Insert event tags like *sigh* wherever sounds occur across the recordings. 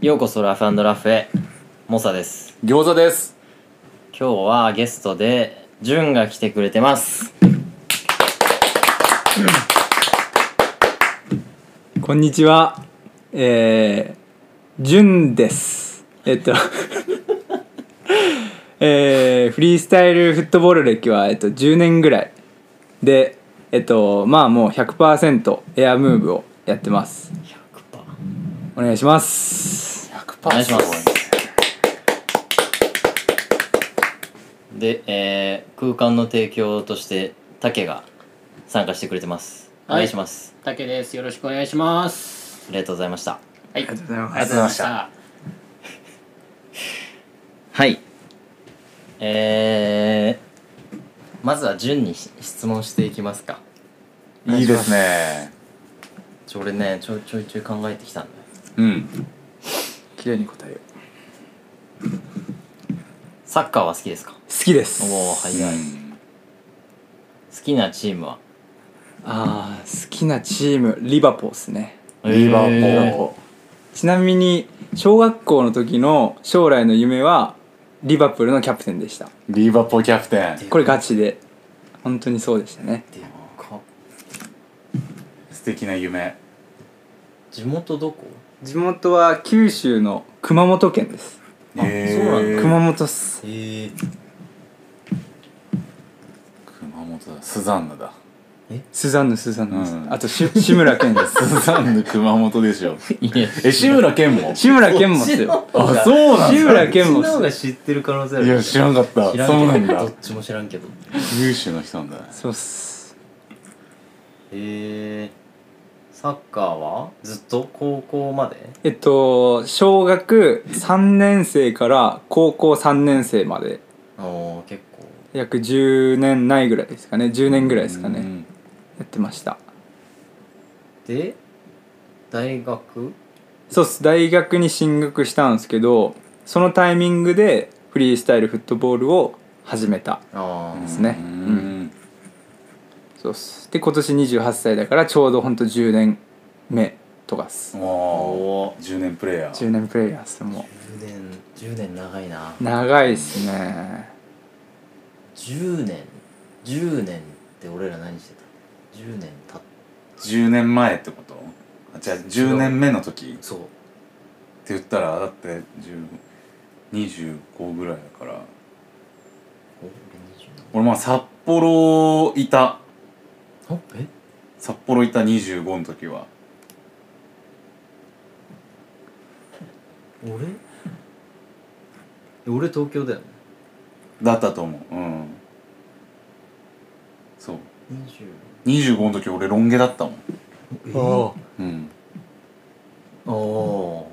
ようこそラフラフへモサです餃子です今日はゲストでジュンが来てくれてますこんにちは。えー、じゅんです。えっと、 *laughs* えー、フリースタイルフットボール歴は、えっと、10年ぐらい。で、えっと、まあもう100%エアムーブをやってます。お願いします。 100%お願いしますで、えー、空間の提供としてタケが参加してくれてますおはい願いします、竹です。よろしくお願いします。ありがとうございましたはい。ありがとうございまございました。はいえー、まずはジュンにし質問していきますかいいですねちょ俺ねちょちょいちょい考えてきたんだようん綺麗に答えよう。好サッカーは好きですかきです。おお早い、好きなチームはあー、好きなチーム、リバポーですね。リバプールえーこうちなみに小学校の時の将来の夢はリバプールのキャプテンでしたリーバッポキャプテンこれガチで本当にそうでしたねでか素敵な夢地元どこ地元は九州の熊本県ですあそうなんだ熊本っすええ熊本だスザンヌだスザンヌスザンヌです、うんあとし志村けん *laughs* ですスザンヌ熊本でしょいや *laughs* え志村けんも志村けんもっすよあそうなん志だ村けんもっそっちの方すが知ってる可能性あるいや知らんかった知らんけそどうなんどだっちも知らんけど優秀な人なんだねそうっすへえサッカーはずっと高校までえっと小学3年生から高校3年生までおー結構約10年ないぐらいですかね10年ぐらいですかうねんやってましたで大学そうっす大学に進学したんですけどそのタイミングでフリースタイルフットボールを始めたああすねうんそうっすで今年28歳だからちょうどほんと10年目とかっすおおー10年プレイヤー10年プレイヤーっすも10年10年長いなう長いっすね10年10年って俺ら何してた10年経っ10年前ってことあじゃあ10年目の時ってそう言ったらだって10 25ぐらいだからお俺俺まあ札幌いた27え札幌いた25の時は俺え俺東京だよねだったと思ううんそう20 25の時俺ロン毛だったもんえおうんあー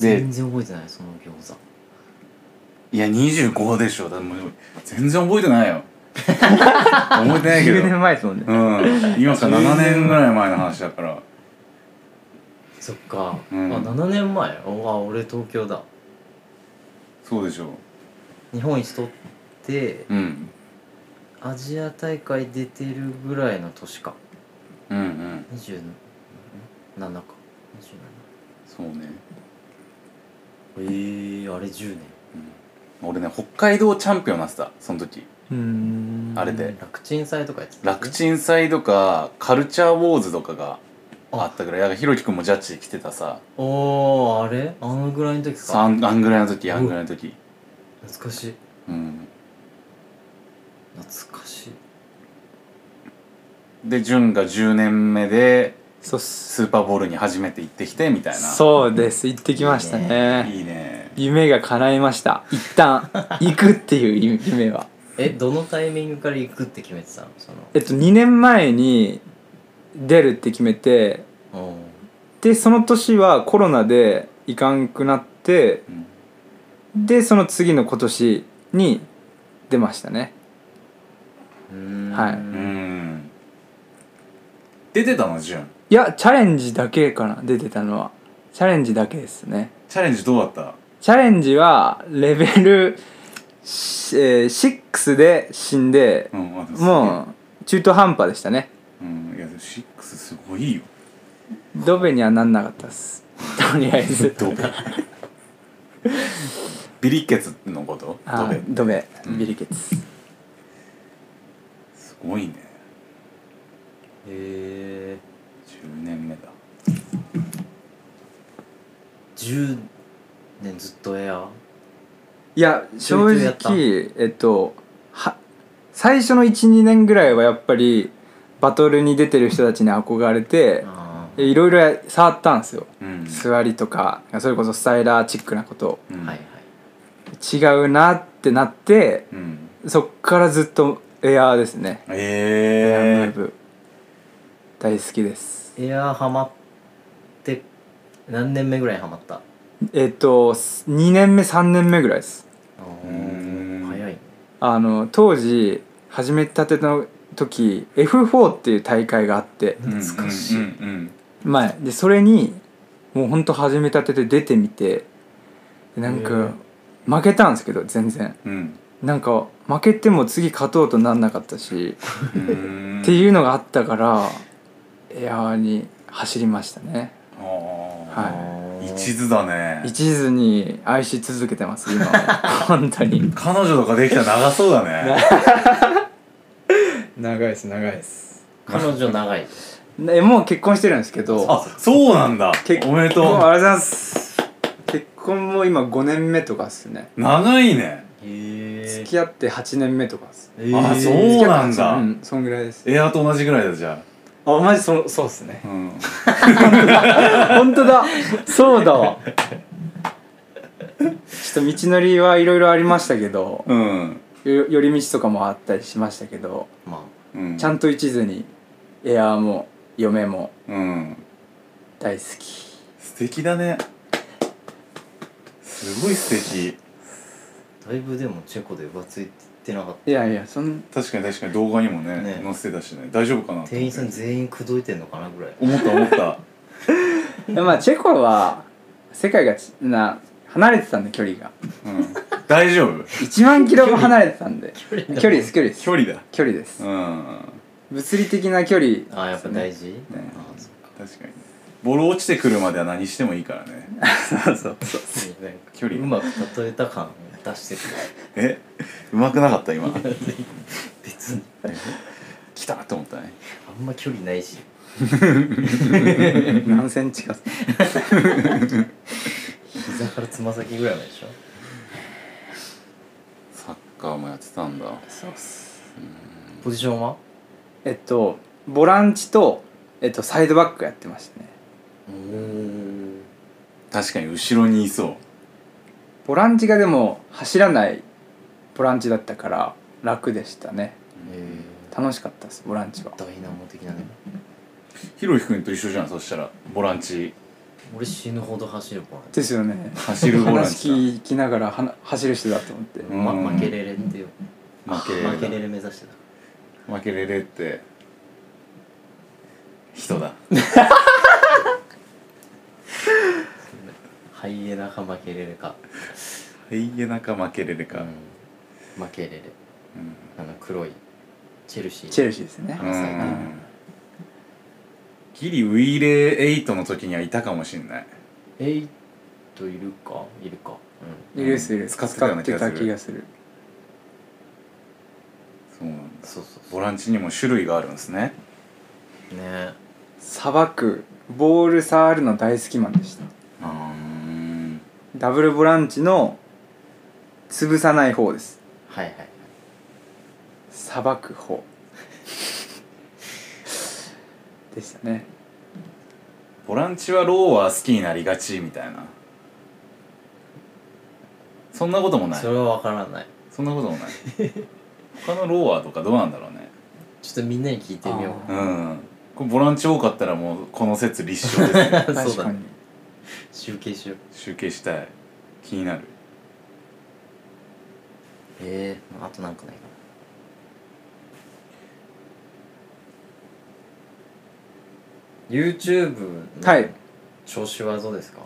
で全然覚えてないその餃子いや25でしょだってもう全然覚えてな *laughs* いよ覚えてないけど10年前っすもんねうん今から7年ぐらい前の話だからそっか、うんあ7年前おあ俺東京だそうでしょ日本一取ってう、うん、アジア大会出てるぐらいの年かうんうん27かそうね27えー、あれ10俺ね北海道チャンピオンになってたその時うーんあれで年楽ちん祭とかやってた楽ちん祭とかカルチャーウォーズとかがあったぐらいだからひろきくんもジャッジ来てたさおーあれあのぐらいの時さあかんあんぐらいの時あんぐらいの時懐かしいうん懐かしいで潤が10年目でそうっすスーパーボールに初めて行ってきてみたいなそうです行ってきましたねいいね夢が叶いました一 *laughs* 旦行くっていう夢はえどのタイミングから行くって決めてたのそえっと2年前に出るって決めてのおーでその年はコロナで行かんくなってうんでその次の今年に出ましたねうーんはいううんん出てたの潤いやチャレンジだけかな出てたのはチャレンジだけですねチャレンジどうだったチャレンジはレベル、しえー、6で死んでうんあでもう中途半端でしたねう、うん、いや6すごいよドベにはなんなかったっすとりあえずドベ *laughs* ビリケツのことドあベドベビリケツすごいねえ10年目だ10年ずっとエアいやちょ正いちょいやった直えっとは最初の12年ぐらいはやっぱりバトルに出てる人たちに憧れてあでいろいろ触ったんですようん座りとかそれこそスタイラーチックなことうあんはいはい違うなってなってうんそっからずっとエアーですね、エアムーええブ大好きですエアハマって何年目ぐらいハマったえっと2年目3年目ぐらいですん早いあの当時始めたての時 F4 っていう大会があって懐かしいうん前でそれにもうほんと始めたてで出てみてでなんへえか負けたんですけど全然うんうんなんか負けても次勝とうとなんなかったしうん *laughs* っていうのがあったからエアーに走りましたねあはあい一途だね一途に愛し続けてます今本当に彼女とかできたら長そうだね長いです長いです彼女長いえもう結婚してるんですけどあそうなんだ結おめでともうありがとううございます結婚も今5年目とかっすね長いねへ付き合って8年目とかっすえあそう付き合ってなんだ8年うんそんぐらいですエアーと同じぐらいだじゃあマジそそうっすねあうん *laughs* 本当だ *laughs* そうだわ *laughs* ちょっと道のりはいろいろありましたけどうんよ寄り道とかもあったりしましたけどまあうんちゃんと一途にエアーも嫁もうん大好き素敵だねすごい素敵だいぶでもチェコで浮ついてなかっいやいやそん確かに確かに動画にもねね載せてたしね大丈夫かなたと店思員っさんて全員口説いてんのかなぐらい思った思ったまあチェコは世界がちな離れてたんで距離がうん大丈夫1万キロも離れてたんで距離離だです距離です距離だ距離です、うん物理的な距離ああやっぱ大事ねああそっ確かにボロ落ちてくるまでは何してもいいからねそうそうかなんか距離うまく例えた感出してくるえうまくなかった今別に来たと思ったねあんま距離ないし何センチか膝からつま先ぐらいまででしょサッカーもやってたんだそうっすポジションはえっとボランチと、えっと、サイドバックやってましたねうーん確かに後ろにいそボランチがでも走らないボランチだったから楽でしたねえ楽しかったですボランチはダイナモ的なねうひろひくんと一緒じゃんそしたらボランチ俺死ぬほど走る子なんでですよね走るボラン話チだ聞きながらはな走る人だと思って、うんま、負けれれってよ負けれ負けれれれ目指してた負けれれって人だハイエナか負けれれか、ハイエナか負けれれか、負けれれうんあの黒いチェルシーチェルシーですね、うんギリウィーレーエイトの時にはいたかもしんないえいっといるかいるかうんいるっすいるっす使ってたような気がす使っるてた気がするそうなんだそうそうそボランチにも種類があるんですねうねさばくボール触るの大好きマンでしたうんダブルボランチの潰さない方ですはいはいさば *laughs* く方でしたねボランチはローは好きになりがちみたいなそんなこともないそれは分からないそんなこともない他のローアーとかどうなんだろうねちょっとみんなに聞いてみよううんこれボランチ多かったらもうこの説立証ですね *laughs* そうだね確かに集計しよう集計したい気になるえー、あとなんかないかな YouTube はのい調子はどうですか、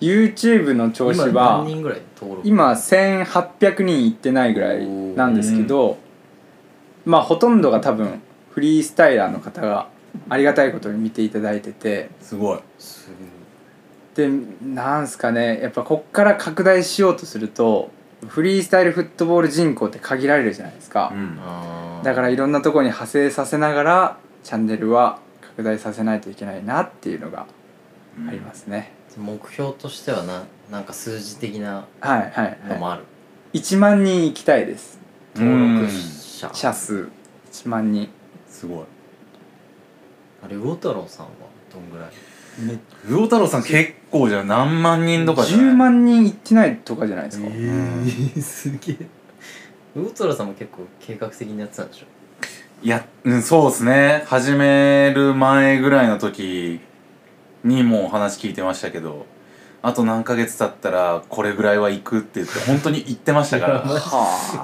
YouTube の調子今は何人ぐらい登録今1800人いってないぐらいなんですけどまあほとんどが多分フリースタイラーの方がありがたいことに見ていただいててすごいすでなんすかねやっぱこっから拡大しようとするとフリースタイルフットボール人口って限られるじゃないですか、うんだからいろんなところに派生させながらチャンネルは拡大させないといけないなっていうのがありますね、目標としてはななんか数字的なはいはいのはもある、い1万人行きたいですうん登録者者数1万人すごいあれ魚太郎さんはどんぐらい魚太郎さん結構じゃあ何万人とかじゃない10万人行ってないとかじゃないですか、ー、すげえ魚太郎さんも結構計画的にやってたんでしょいや、うん、そうですね始める前ぐらいの時にもうお話聞いてましたけどあと何ヶ月経ったらこれぐらいは行くって言って本当に行ってましたか *laughs* はら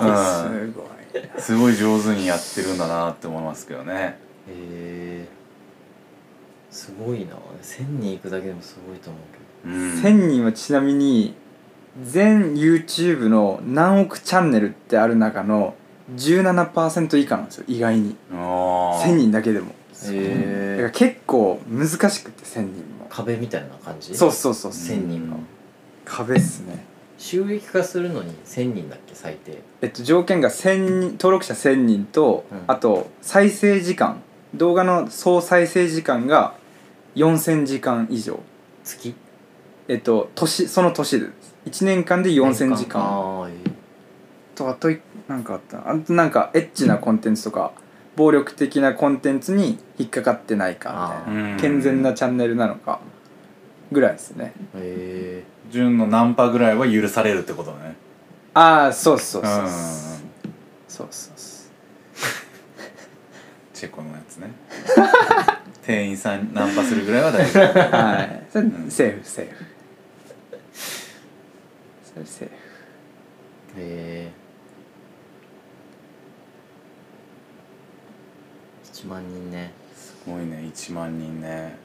あうすごいすごい上手にやってるんだなって思いますけどねへえすごいな1000人行くだけでもすごいと思うけどうん1000人はちなみに全 YouTube の何億チャンネルってある中の17%以下なんですよ意外にあ1000人だけでもだからへえ結構難しくて1000人も壁みたいな感じそうそうそう1000人が壁っすね収益化するのに1000人だっけ最低えっと条件が1000人登録者1000人と、うんあと再生時間動画の総再生時間が4000時間以上月えっと年その年です1年間で4000時間ああえとあといなんかあったなあとなんかエッチなコンテンツとか暴力的なコンテンツに引っかかってないかみたいあーうなん健全なチャンネルなのかぐらいですねえ純のナンパぐらいは許されるってことねああそうそううそうそうんそうそうそうチェコのやつ *laughs* ね店員さんナンパするぐらいは大丈夫はいそれんセーフセーフそれセーフえー、1万人ねすごいね1万人ね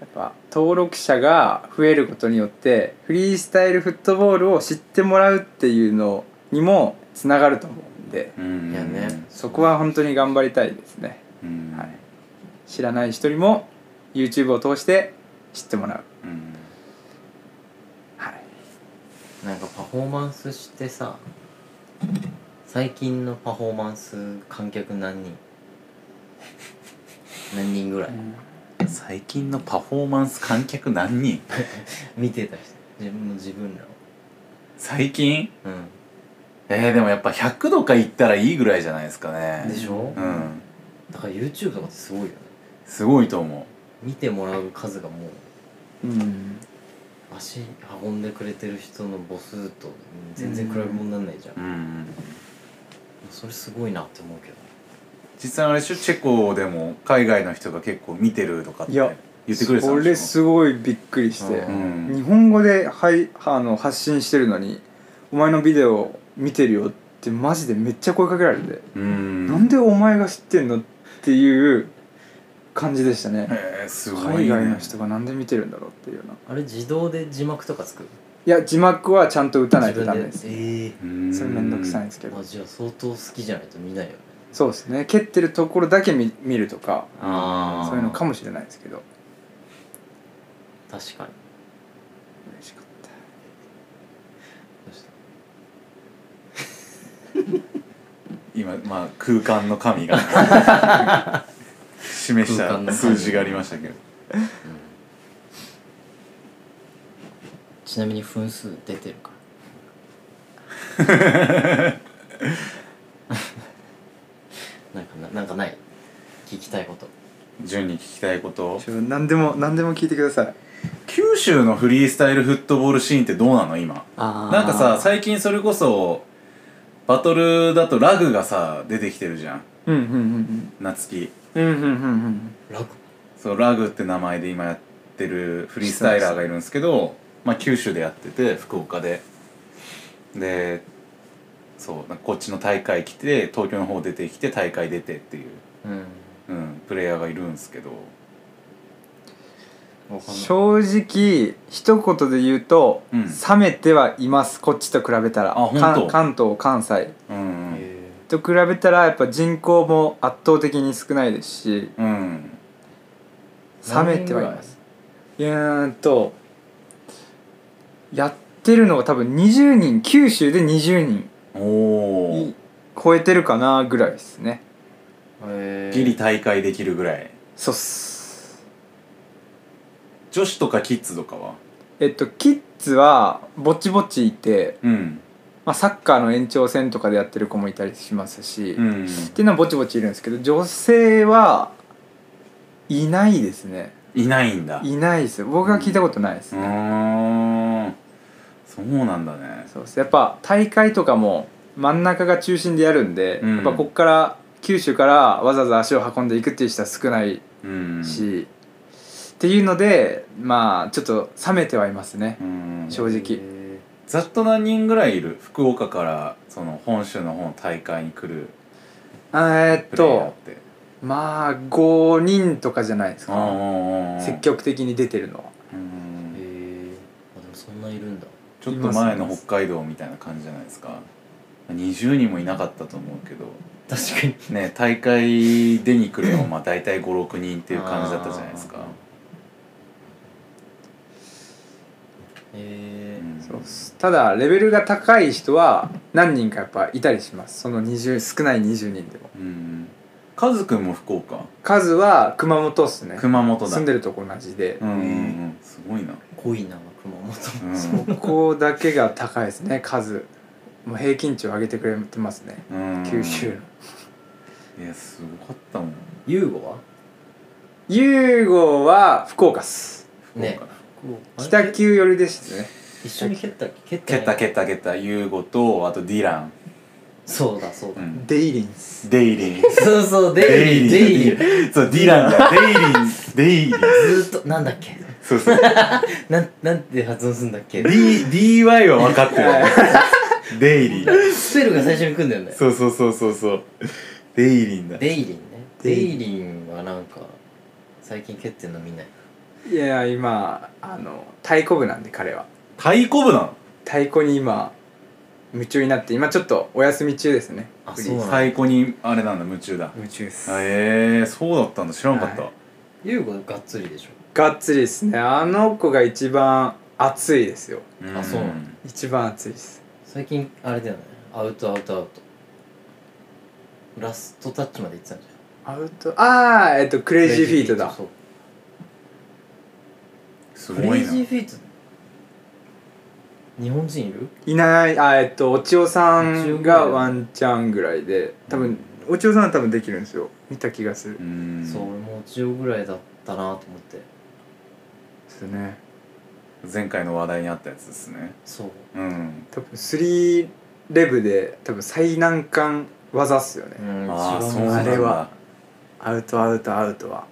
やっぱ登録者が増えることによってフリースタイルフットボールを知ってもらうっていうのにもつながると思うんでうんいやねそこは本当に頑張りたいですねうん、はい知らない人にも YouTube を通して知ってもらう、うんはい、なんかパフォーマンスしてさ最近のパフォーマンス観客何人何人ぐらい最近のパフォーマンス観客何人見てた人自分も自分らを最近うえー、でもやっぱ100度か行ったらいいぐらいじゃないですかんでねしょ、うんだから YouTube とかってすごいよねすごいと思見てもらう数がもううん足運んでくれてる人の母数と全然比べ物にならないじゃん、ううんそれすごいなって思うけど実際あれでしょチェコでも海外の人が結構見てるとかっていや言ってくれてたそんれでしょすごいびっくりして、ううん日本語で、はい、あの発信してるのに「お前のビデオ見てるよ」ってマジでめっちゃ声かけられて、うんなんでお前が知ってんのっていう感じでしたねえー、すごい、ね、海外の人がなんで見てるんだろうっていうようないあれ自動で字幕とか作るや字幕はちゃんと打たないとダメです自分でえうんそれめんどくさいんですけえー、どあじゃあ相当好きじゃないと見ないよねそうですね蹴ってるところだけ見見るとかあーそういうのかもしれないですけど確かに嬉しかったどうした今まあ空間の神が *laughs* 示し空間のた神数字がありましたけどちなみに分数出てるか *laughs* ななんかななんかない聞きたいこと順に聞きたいことちょ何でも何でも聞いてください九州のフリースタイルフットボールシーンってどうなの今あなんかさ最近それこそバトルだとラグがさ出てきてるじゃんうんうんうん夏希うんうんうんうん楽そうラグって名前で今やってるフリースタイラーがいるんですけど、まあ、九州でやってて福岡ででそうなんかこっちの大会来て東京の方出てきて大会出てっていう、うんうん、プレイヤーがいるんですけどわかんない正直一言で言うと、うん冷めてはいますこっちと比べたらあほんと関関東関西うんうんへと比べたらやっぱ人口も圧倒的に少ないですしうんー冷めてはいますうーんとやってるのが多分20人九州で20人おおい超えてるかなぐらいですねえー、ギリ大会できるぐらいそうっす女子とかキッズとかはえっとキッズはぼちぼちいて、うんまあ、サッカーの延長戦とかでやってる子もいたりしますし、うっんていうのはぼちぼちいるんですけど女性はいないですねいないんだういないですよ僕が聞いたことないですね、ーんそうなんだねそうですやっぱ大会とかも真ん中が中心でやるんで、うんやっぱこっから九州からわざわざ足を運んでいくっていう人は少ないうんし、っていうのでまあちょっと冷めてはいますねうん正直えざっと何人ぐらいいる福岡からその本州の方の大会に来るあーえっプレイヤーっとてまあ5人とかじゃないですかあー積極的に出てるのはうーんえー、あでもそんないるんだちょっと前の北海道みたいな感じじゃないですか20人もいなかったと思うけど確かにね大会出に来るの *laughs* もまあ大体56人っていう感じだったじゃないですかあーえーそうっすただレベルが高い人は何人かやっぱいたりしますその20少ない20人でもうんカズくんも福岡数は熊本っすね熊本だ住んでるとこ同じでう、んうんうんすごいな、濃いな熊本うん、ここだけが高いですね数もう平均値を上げてくれてますねうん九州のいやすごかったもん優吾はユーゴは福岡っすね北九寄りでしたね一緒に蹴ったっけ蹴蹴っったた蹴った蹴ったユーゴとあとディラン、そうだそうだ、うん、デイリンっすデイリンそうそうデイリーデイリーリンそうディランだデイリンデイリンずーっとなんだっけそうそうなんなんて発音するんだっけ D DY は分かってるデイリンスペルが最初に来るんだよねそうそうそうそうそうデイリンだデイリンねデデイイリンはなんか最近蹴ってんの見ないいや今あの太鼓部なんで彼は太鼓部なの太鼓に今夢中になって今ちょっとお休み中ですねあフリーそうなんだ太鼓にあれなんだ夢中だ夢中です、へえー、そうだったんだ知らんかった、は優吾がっつりでしょがっつりですねあの子が一番熱いですよんあそうなの一番熱いです最近あれだよねアウトアウトアウトラストタッチまで行ってたんじゃんアウトああえっとククレイジーフィートだすクごレいイなジーフィート日本人いるいないあえっとお千代さんお千代ぐらがいワンチャンぐらいで多分お千代さんは多分できるんですよ見た気がするうでんそう俺もう千代ぐらいだったなと思ってすね前回の話題にあったやつですねそううん多分3レブで多分最難関技っすよね、うんああ千そ代うもなあんれだはアウトアウトアウトは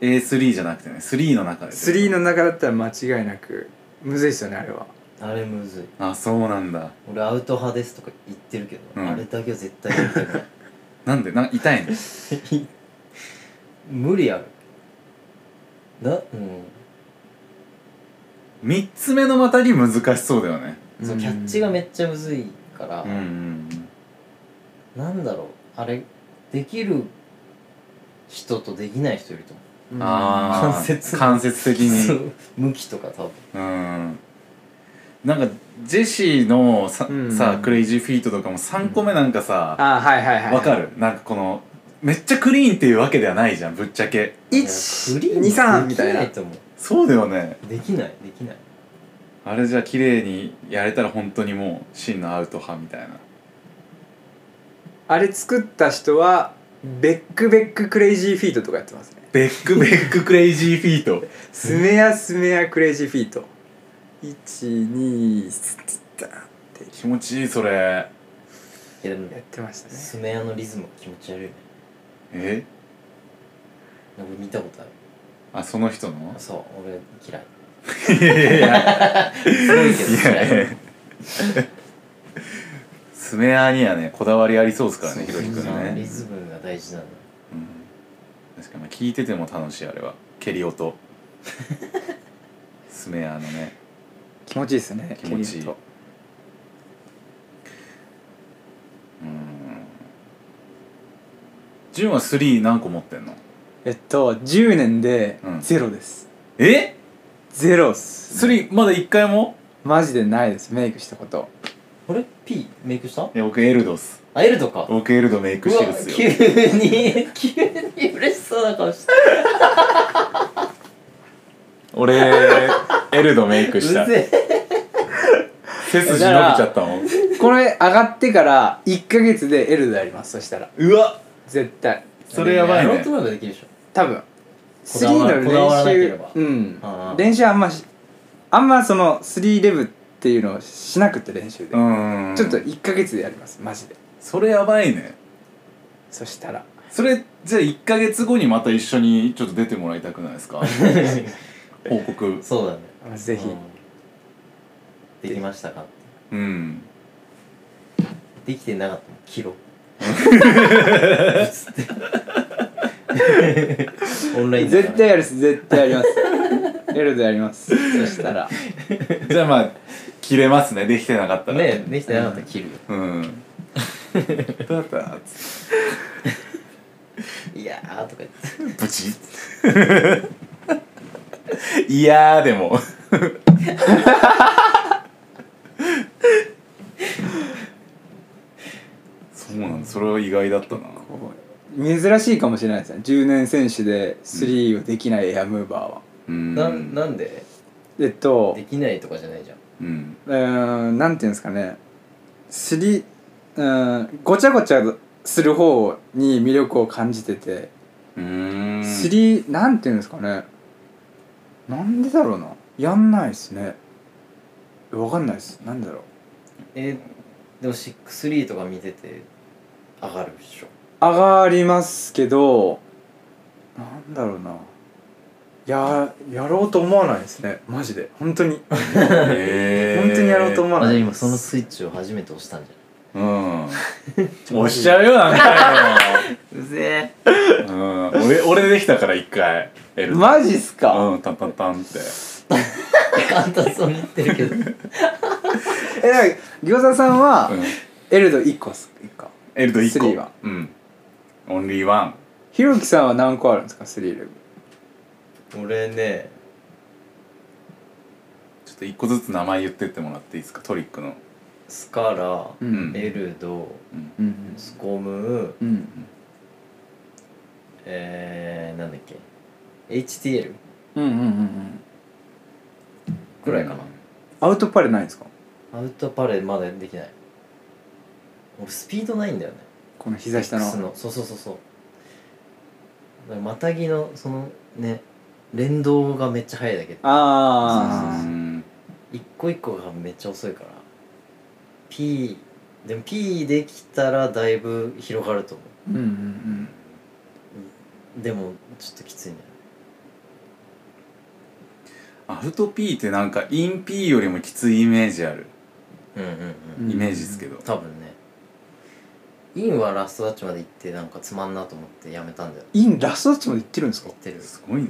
A3 じゃなくてね3の中で3の中だったら間違いなくむずいっすよねあれはあれむずいあそうなんだ俺アウト派ですとか言ってるけど、うんあれだけは絶対やりたくないなんでなんか痛いの無理あるなうん三つ目の股に難しそうだよねそううんキャッチがめっちゃむずいから、うんうんなんだろうあれできる人とできない人いると思ううんあー関節間接的にそう向きとか多分うんなんかジェシーのさ,、うんさクレイジーフィートとかも3個目なんかさあーはいはいはわ、いかるなんかこのめっちゃクリーンっていうわけではないじゃんぶっちゃけ123みたいできなないと思うそうだよねできないできないあれじゃあ綺麗にやれたら本当にもう真のアウト派みたいなあれ作った人はベックベッククレイジーフィートとかやってますねベックベッククレイジーフィートスメアスメアクレイジーフィート12スッタッって気持ちいいそれいやでもやってましたねスメアのリズム気持ち悪いねえなんか見たことあるあその人のそう俺嫌いいやいやすごいけどいや嫌いいやスメアにはねこだわりありそうですからねひろきくんそうそうリね、ズムが大事なんだうん、確かにまあ聞いてても楽しいあれは蹴り音スメアのね気持ちいいですね気持ちいい蹴りとうん潤は3何個持ってんのえっと10年でうんゼロです、えゼロっすそれまだ一回もマジでないですメイクしたことあれ P メイクしたいや僕エルドっすあエルドか僕エルドメイクうしてるわっす急よに急に嬉しそうな顔して俺エルドメイクうした背ぜえ筋伸びちゃったもんこれ上がってから1ヶ月でエルドやりますそしたらうわ絶対それやばやいろうねと思えばできるでしょ多分3こだわらのこだわらなけれ練ば習うんああ練習あんましあんまその3レブっていうのをしなくて練習で、うんちょっと1ヶ月でやりますマジでそれやばいねそしたらそれじゃあ1か月後にまた一緒にちょっと出てもらいたくな *laughs* いですか報告 *laughs* そうだねぜひ、うんできましたかうんできてなかったら切ろう *laughs* つってオンラインだから絶対やるっす絶対やりますエルドやりますそしたらじゃあまあ切れますねできてなかったらねできてなかったら切るようんだったらいやーとか言ってブチ *laughs* いやーでも *laughs* そうなんだそれは意外だったなこう珍しいかもしれないですね10年選手で3をできないエアムーバーは、うんなんなんでえっとできないとかじゃないじゃんうんうーんなんていうんですかねすりうーんごちゃごちゃする方に魅力を感じてて、うーんすりなんていうんですかねなんでだろうなやんないですねわかんないですなんだろうえでも63とか見てて上がるでしょ上がりますけどなんだろうなややろうと思わないですねマジで本当にへー *laughs* 本当にやろうと思あわじゃなあい今そのスイッチを初めて押したんじうん。 *laughs* 押しちゃうよ、なんかよ。ゃないうぜうん。俺、俺できたから一回。エルマジっすか、うん、タンタンタンって。 *laughs* え簡単そうに言ってるけどえなんか餃子さんは、うん。エルド1個っす1個エルド一個。スリーはうん。オンリーワン。ひろきさんは何個あるんですか3レブ俺ねちょっと一個ずつ名前言ってってもらっていいですか、トリックの。スカラううんエルドうんスコムうんえー、なんだっけ HTL うんうんうんくらいかな、アウトパレないんですかアウトパレまだできない俺スピードないんだよねこの膝下 X ののそうそうそうそうだからまたぎのそのね連動がめっちゃ速いだけうあん。一個一個がめっちゃ遅いから P でも P できたらだいぶ広がると思あうんうんうんうでもちょっときついねアフト P ってなんかイン P よりもきついイメージあるうんうんうんイメージですけど、多分ねインはラストダッチまで行ってなんかつまんなと思ってやめたんだよインラストダッチまでいってるんですか行ってるすごいね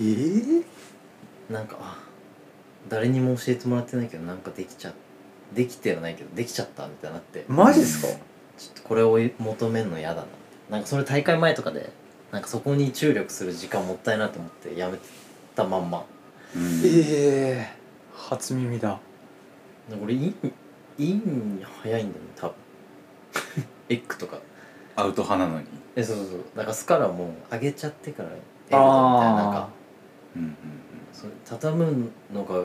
ええなんかあ誰にも教えてもらってないけどなんかできちゃできてはないけどできちゃったみたいになってマジっすかちょっとこれを追い求めるの嫌だななんかそれ大会前とかでなんかそこに注力する時間もったいなと思ってやめたまんまうんええ初耳だで俺インイン早いんだよね多分 *laughs* エッグとかアウト派なのに、えそうそうそうだからスカラもう上げちゃってからエッグあだみたいななんかうんうんそれ畳むのが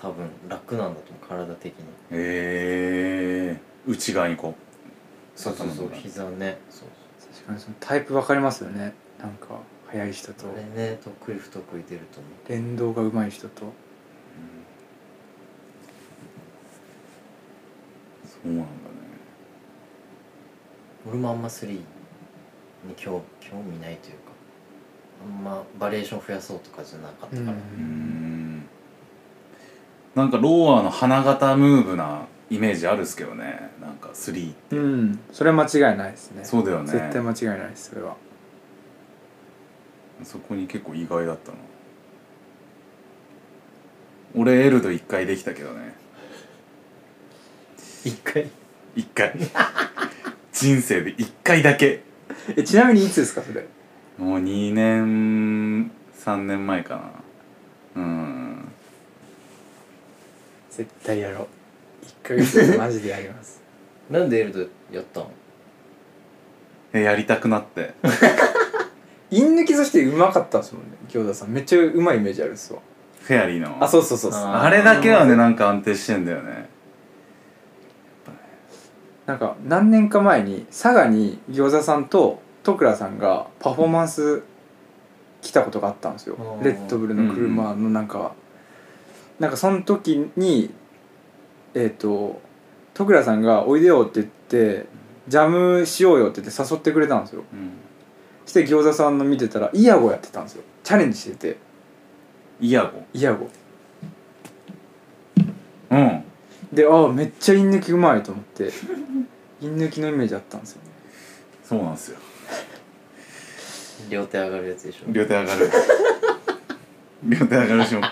多分楽なんだと思う体的にうん、えー、内側にこそうそうそ畳むのうが膝ねそう確かにそのタイプ分かりますよねなんか速い人とそうあれね得意不得意出ると思う連動が上手い人とう、そうなんだね俺もあんま3に興興味ないというかあんまバリエーション増やそうとかじゃなかったから、うんなんかロアの花形ムーブなイメージあるっすけどねなんか3うんそれは間違いないですねそうだよね絶対間違いないですそれはそこに結構意外だったな俺エルド1回できたけどね一回 *laughs* 1回人生で1回だけえちなみにいつですかそれもう2年3年前かなうん絶対やろう1ヶ月マジでやります *laughs* なんでエルドやったのえやりたくなってイン抜きそしてうまかったんですもんね京田さんめっちゃうまいイメージあるっすわフェアリーのあそうそうそうそうあーあれだけはねなんか安定してんだよねなんか何年か前に佐賀に餃子さんと徳倉さんがパフォーマンス来たことがあったんですようんレッドブルの車のなんか、なんかその時にえっ、と徳倉さんが「おいでよ」って言って「ジャムしようよ」って言って誘ってくれたんですようんそして餃子さんの見てたらイヤゴやってたんですよチャレンジしててイヤゴイヤゴうんでああめっちゃイン抜きうまいと思ってイン抜きのイメージあったんですよねそうなんですよ両手上がるやつでしょ両手上がる両手上がるしもう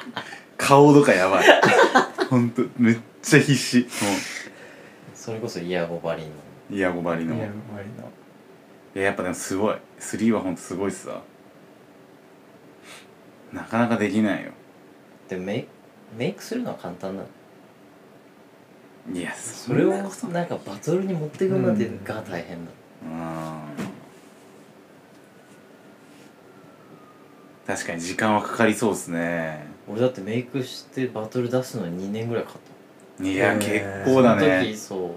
顔とかやばいほんとめっちゃ必死もそれこそイヤホバリンのうイヤゴばりのいイヤやゴ割のやっぱでもすごい3はほんとすごいっすわなかなかできないよでメイメイクするのは簡単なのいやそそれをんなことなんかバトルに持っていくまでが大変だうん確かに時間はかかりそうですね俺だってメイクしてバトル出すのに2年ぐらいかかったいや、えー結構だその時ねそう落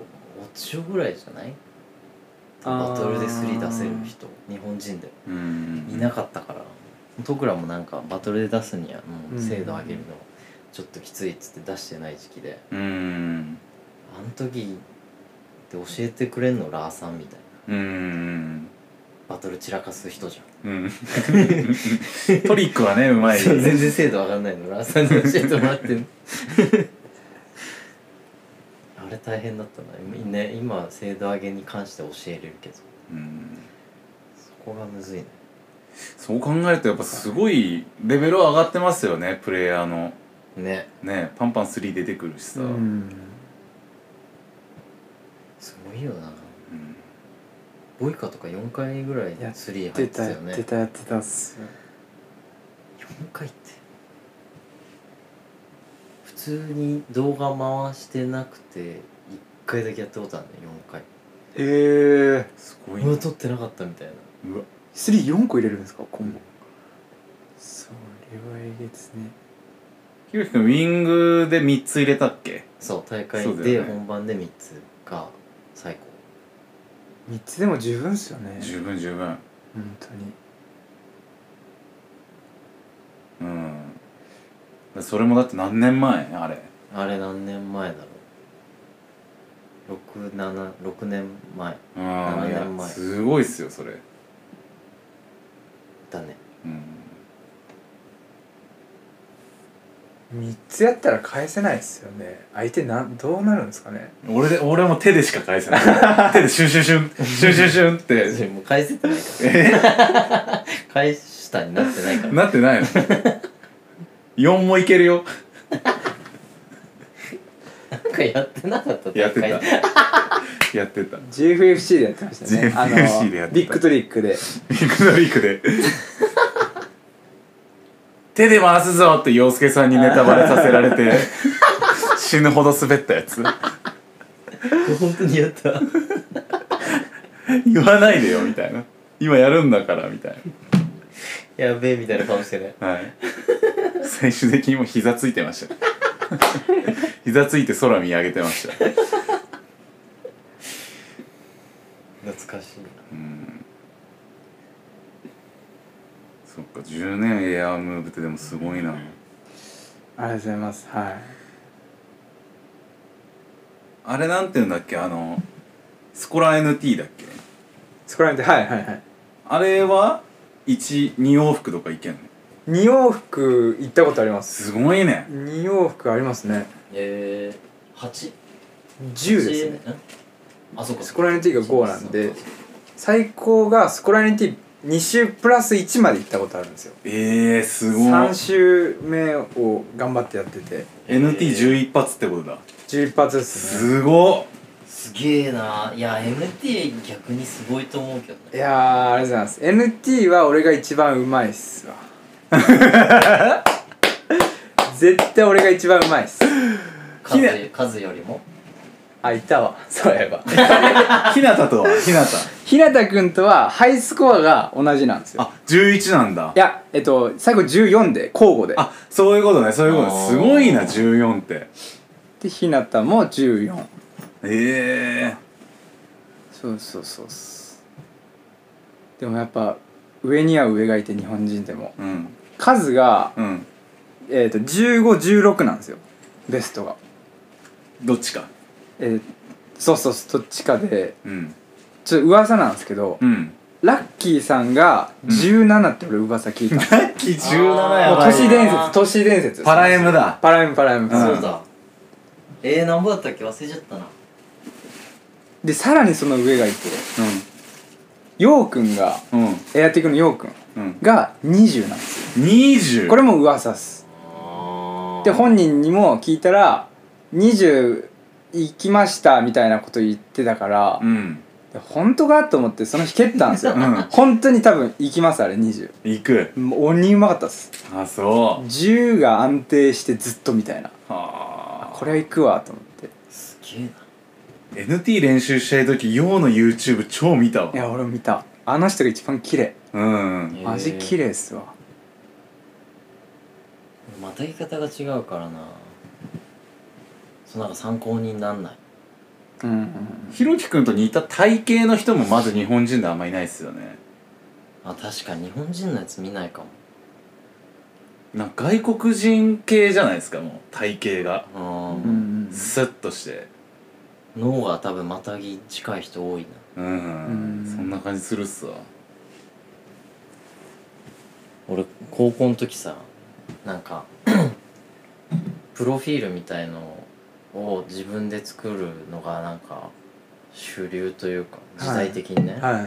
ちよぐらいじゃないバトルで3出せる人日本人でうんいなかったから僕らもなんかバトルで出すにはもう精度上げるのちょっときついっつって出してない時期でうんあの時で教えてくれんのラーさんみたいなうんバトル散らかす人じゃんうんトリックはねうまい全然精度上がんないのラーさんに教えてもらってんのあれ大変だったな、ね、今精度上げに関して教えれるけどうんそこがむずいねそう考えるとやっぱすごいレベルは上がってますよねプレイヤーのねねパンパン3出てくるしさ、うんすごいよなうんボイカとか4回ぐらいやっ3入出ってたたやよっねてたやってたっすよ4回って普通に動画回してなくて1回だけやったことあるね4回えー、すごいなうわ撮ってなかったみたいなうわ34個入れるんですか今後それはえげつねひろきくんウィングで3つ入れたっけそう大会そうだでよね本番で3つが最高3つでも十分っすよね十分十分本当にうんそれもだって何年前あれあれ何年前だろう676年前うん7いや年前すごいっすよそれだねうん3つやったら返せないっすよね相手なんどうなるんですかね俺で俺はもう手でしか返せない手でシュンシュンシュンシュンシュンシュンってもう返せてないからえ返したになってないからなってないの4もいけるよなんかやってなかったやってた大会 *laughs* やってた JFFC でやってましたね JFFC でやっあのてたビッグトリックでビッグドリークで *laughs* 手で回すぞって洋介さんにネタバレさせられて死ぬほど滑ったや *laughs* つ本当にやった言わないでよみたいな今やるんだからみたいやべえみたいな顔してねなはい最終的にもう膝ついてました膝ついて空見上げてました懐かしいなうんそっか10年エアームーブってでもすごいなありがとうございますはいあれなんて言うんだっけあのスコラ NT だっけそこら辺ではいはいはいあれは12往復とかいけんの2往復行ったことありますすごいね2往復ありますねえー、8? 10ですねねあそうかスコラニティが5なんで最高がスコラニティ2週プラス1まで行ったことあるんですよええー、すごい3週目を頑張ってやってて NT11 発ってことだ11発ですねすごっすげえないや MT 逆にすごいと思うけどいねやーありがとうございます NT は俺が一番うまいっす *laughs* わ絶対俺が一番うまいっす数ひな数よりもあいたわそういえばひなたとはひなた日向君とはハイスコアが同じなんですよあ11なんだいやえっと最後14で交互であそういうことねそういうことあねーすごいな14ってで日向も14ええそうそうそうっすでもやっぱ上には上がいて日本人でもうん数が、うんえっと1516なんですよベストが、どっちかえーそうそうそうどっちかでうんちょっと噂なんですけど、うんラッキーさんが17って俺噂聞いた、んです、ラッキー17あーやもうば都い市伝説都市伝説パラエムだパラエムパラエム、んそうだえー、何ぼだったっけ忘れちゃったなでさらにその上がいてようくんがうんうんエアティックのようくんうんが20なんですよ20これも噂っすあーで本人にも聞いたら20行きましたみたいなこと言ってたから、うんで本当かと思ってその日蹴ったんですよ、ん本当に多分行きますあれ20行くもう鬼うまかったっすあそう10が安定してずっとみたいなはあこれは行くわと思ってすげえな NT 練習したい時ようの YouTube 超見たわいや俺も見たあの人が一番綺麗うんマジ綺麗っすわまたぎ方が違うからなそうなんか参考になんないうんうんうんひろきくんと似た体型の人もまず日本人であんまいないっすよねあ確かに日本人のやつ見ないかなんか外国人系じゃないですかもう体型がもううんうんんスッとして脳が多分またぎ近い人多いなうんうんそんな感じするっすわ俺高校の時さなんか *clears throat* プロフィールみたいのを自分で作るのがなんか主流というか時代的にね、うんはい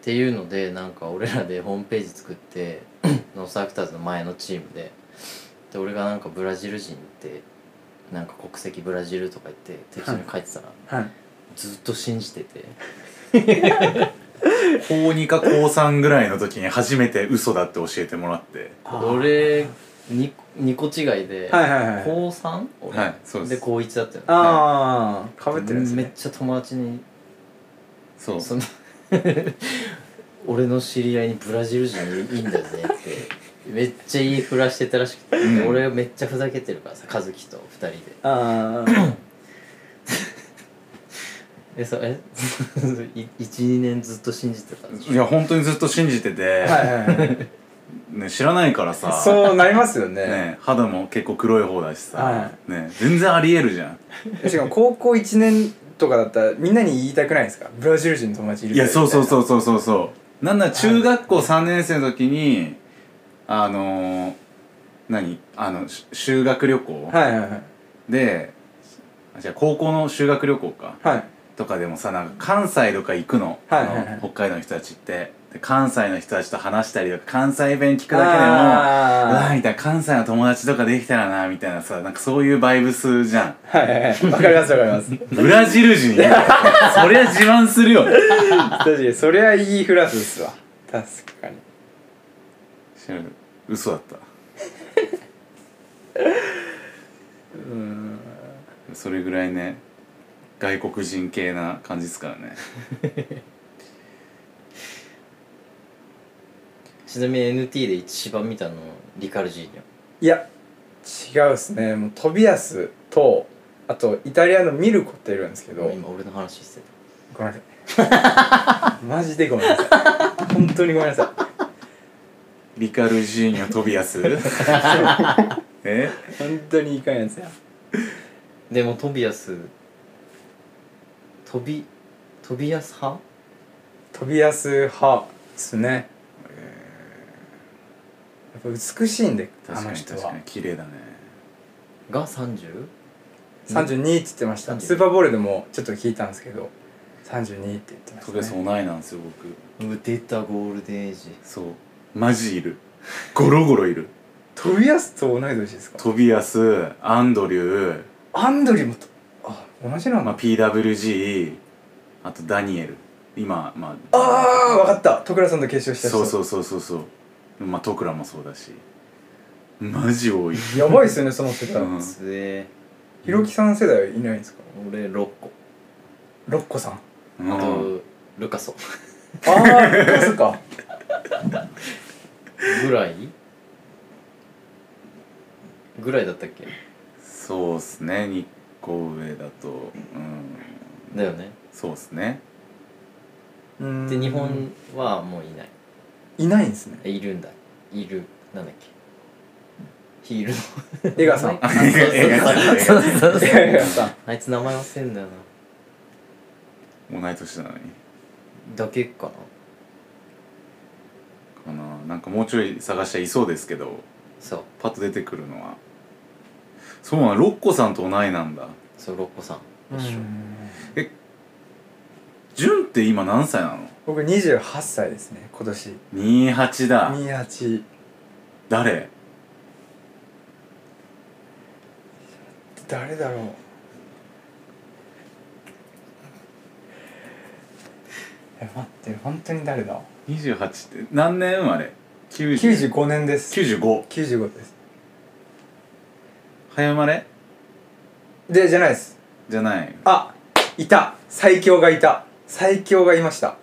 っていうのでなんか俺らでホームページ作って *clears throat* ノースアクターズの前のチームでで俺がなんかブラジル人ってなんか国籍ブラジルとか言って適当に書いてたらはいずっと信じてて高2か高3ぐらいの時に初めて嘘だって教えてもらって俺 2, 二個違いで、はいはいはい高 3? 俺はいそうですで高1だったよねああかぶってるんですめっねちゃ友達にそうその *laughs* 俺の知り合いにブラジル人いいんだぜってめっちゃ言いふらしてたらしくて、うん俺めっちゃふざけてるからさ和樹と2人でああえそうえ *laughs* 12年ずっと信じてたんでしょいや本当にずっと信じてて、はいはいはい *laughs* ね、知らないからさそうなりますよねね、肌も結構黒い方だしさ、はね、全然ありえるじゃんしかも高校1年とかだったらみんなに言いたくないですかブラジル人の友達いるいやそうそううそうそうそうそうなんなら中学校3年生の時にあのー、何あのし修学旅行、はいはいはいであじゃあ高校の修学旅行かはいとかでもさなんか関西とか行くの,、はいはいはいあの北海道の人たちってで関西の人たちと話したりとか関西弁聞くだけでもうわあーみたいな関西の友達とかできたらなみたいなさなんかそういうバイブスじゃんーはいはいはいわかりますわかりますブラジル人いるよそりゃ自慢するよね確かにそりゃ言いふらすっすわ確かに知らん嘘だったうんそれぐらいね外国人系な感じですからねちなみに NT で一番見たのリカルジーニいや違うっすねもうトビアスとあとイタリアのミルコっているんですけどョ今俺の話してごめんなさい *laughs* マジでごめんなさい本当にごめんなさいリカルジーニョ・トビア *laughs* スえ本当にいかんやつやたでもトビアストビトビアス派トビアス派ですねやっぱ美しいんであ確のかに人確かはに綺麗だねが 30? 32って言ってました32スーパーボールでもちょっと聞いたんですけど32って言ってまトビアしスた同ねいなんですよ僕うん出たゴールデンエイジそうマジいるゴロゴロいるトビアスと同い年ですかトビアスアンドリューアンドリューもとあ同じなまのあ、PWG あとダニエル今まああー分かった徳倉さんと決勝した人そうそうそうそうそうまあトクラもそうだしマジ多い、やばいっすよねその世う代ん、つえひろきさん世代はいないんですか俺6個ロッコ *laughs* さんうんあとルカソああロッコスかぐらいぐらいだったっけそうっすね日光上だとうんだよねそうっすねうんで日本はもういないいないんですねえいるんだいるなんだっけヒールの江川さんあそうそう *laughs* そうそうそう江川さんあいつ名前忘れんだよな同い年なのにだけかなかななんかもうちょい探しちゃいそうですけどそうパッと出てくるのはそうなんロッコさんと同いなんだそうロッコさん一緒ジュンって今何歳なの僕28歳ですね今年 ?28 だ28誰誰だろうえ待って本当に誰だ ?28 って何年生まれ ?90 95年です95 95です早生まれでじゃないですじゃないあいた最強がいた最強がいました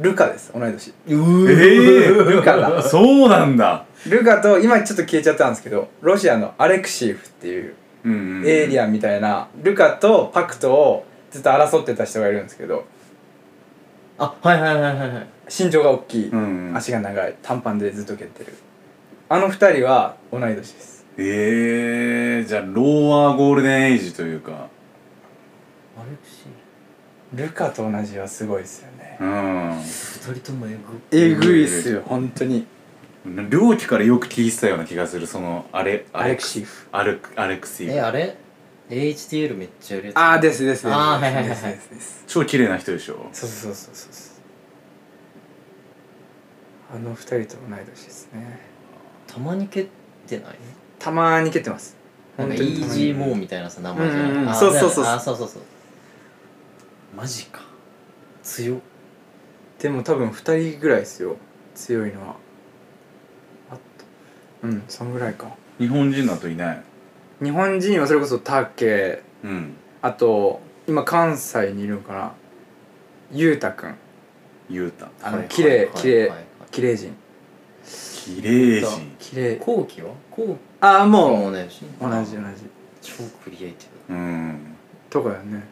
ルカです同い年えルカだー、そうなんだルカと今ちょっと消えちゃったんですけどロシアのアレクシーフっていううんうんエイリアアンみたいなルカとパクトをずっと争ってた人がいるんですけどあはいはいはいはいはい身長が大きい、うんうん足が長い短パンでずっと蹴ってるあの二人は同い年ですえー、じゃあローアーゴールデンエイジというかアレクシルカと同じはすごいですよねうんー二人ともえぐえぐいっすよ本当に両機からよく聞いてたような気がするそのあれアレクシーフアレクアレクシえーあれ HTL めっちゃやるやつああですですですあーはいはいはいですですです超綺麗な人でしょそうそうそうそうそうあの二人と同い年ですねたまに蹴ってないたまーに蹴ってますなんかイ本当にたーまジにーモーみたいなさ名前じゃうんうんうんないあそうそうそうあそうそうそうマジか強っでも多分二人ぐらいですよ強いのはあとうんそんぐらいか日本人だといない日本人はそれこそタケうんあと今関西にいるのかなゆうたくんゆうたあのはい綺麗はい綺麗はいはい綺麗人綺麗人綺麗後期は後ああ期ももう同じ同じ同じ超クリエイティブうんとかよね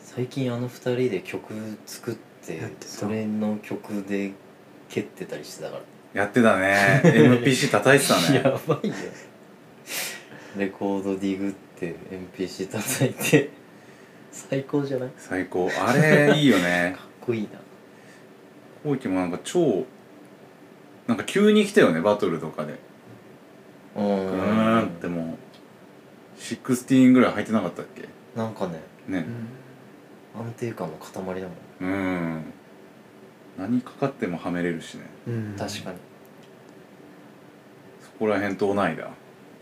最近あの二人で曲作ってやってたそれの曲で蹴ってたりしてたからやってたね MPC 叩いてたねやばいよ *laughs* レコードディグって MPC 叩いて最高じゃないか最高あれいい *laughs* よねっこいいな後期もなんか超なんか急に来たよねバトルとかでううーーんってもう16ぐらい入ってなかったっけなんかねね安定感の塊だもんうん何かかってもはめれるしねうん確かにそこら辺と同いだ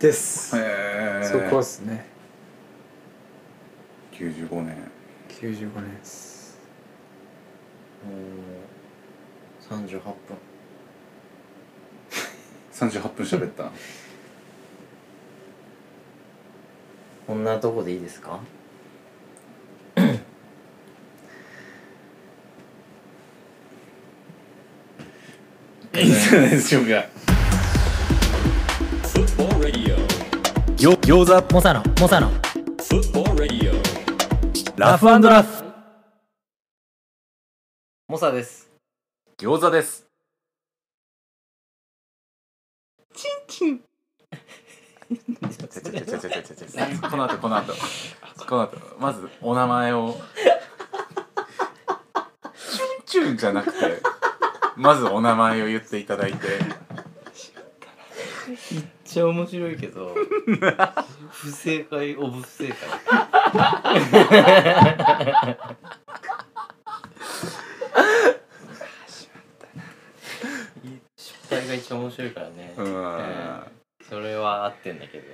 ですへえそこっすね95年95年ですもう38分38分喋ったこんなとこでいいですかいいんじゃないでしょうか餃子モサノモサノラフラフモサです餃子ですちょちょちょちょちょちょちょこの後この後この後まずお名前をチュンチュンじゃなくてまずお名前を言っていただいてめっちゃ面白いけど *laughs* 不正解オブ不正解失敗が一番面白いからね、うんええそれは合ってんだけど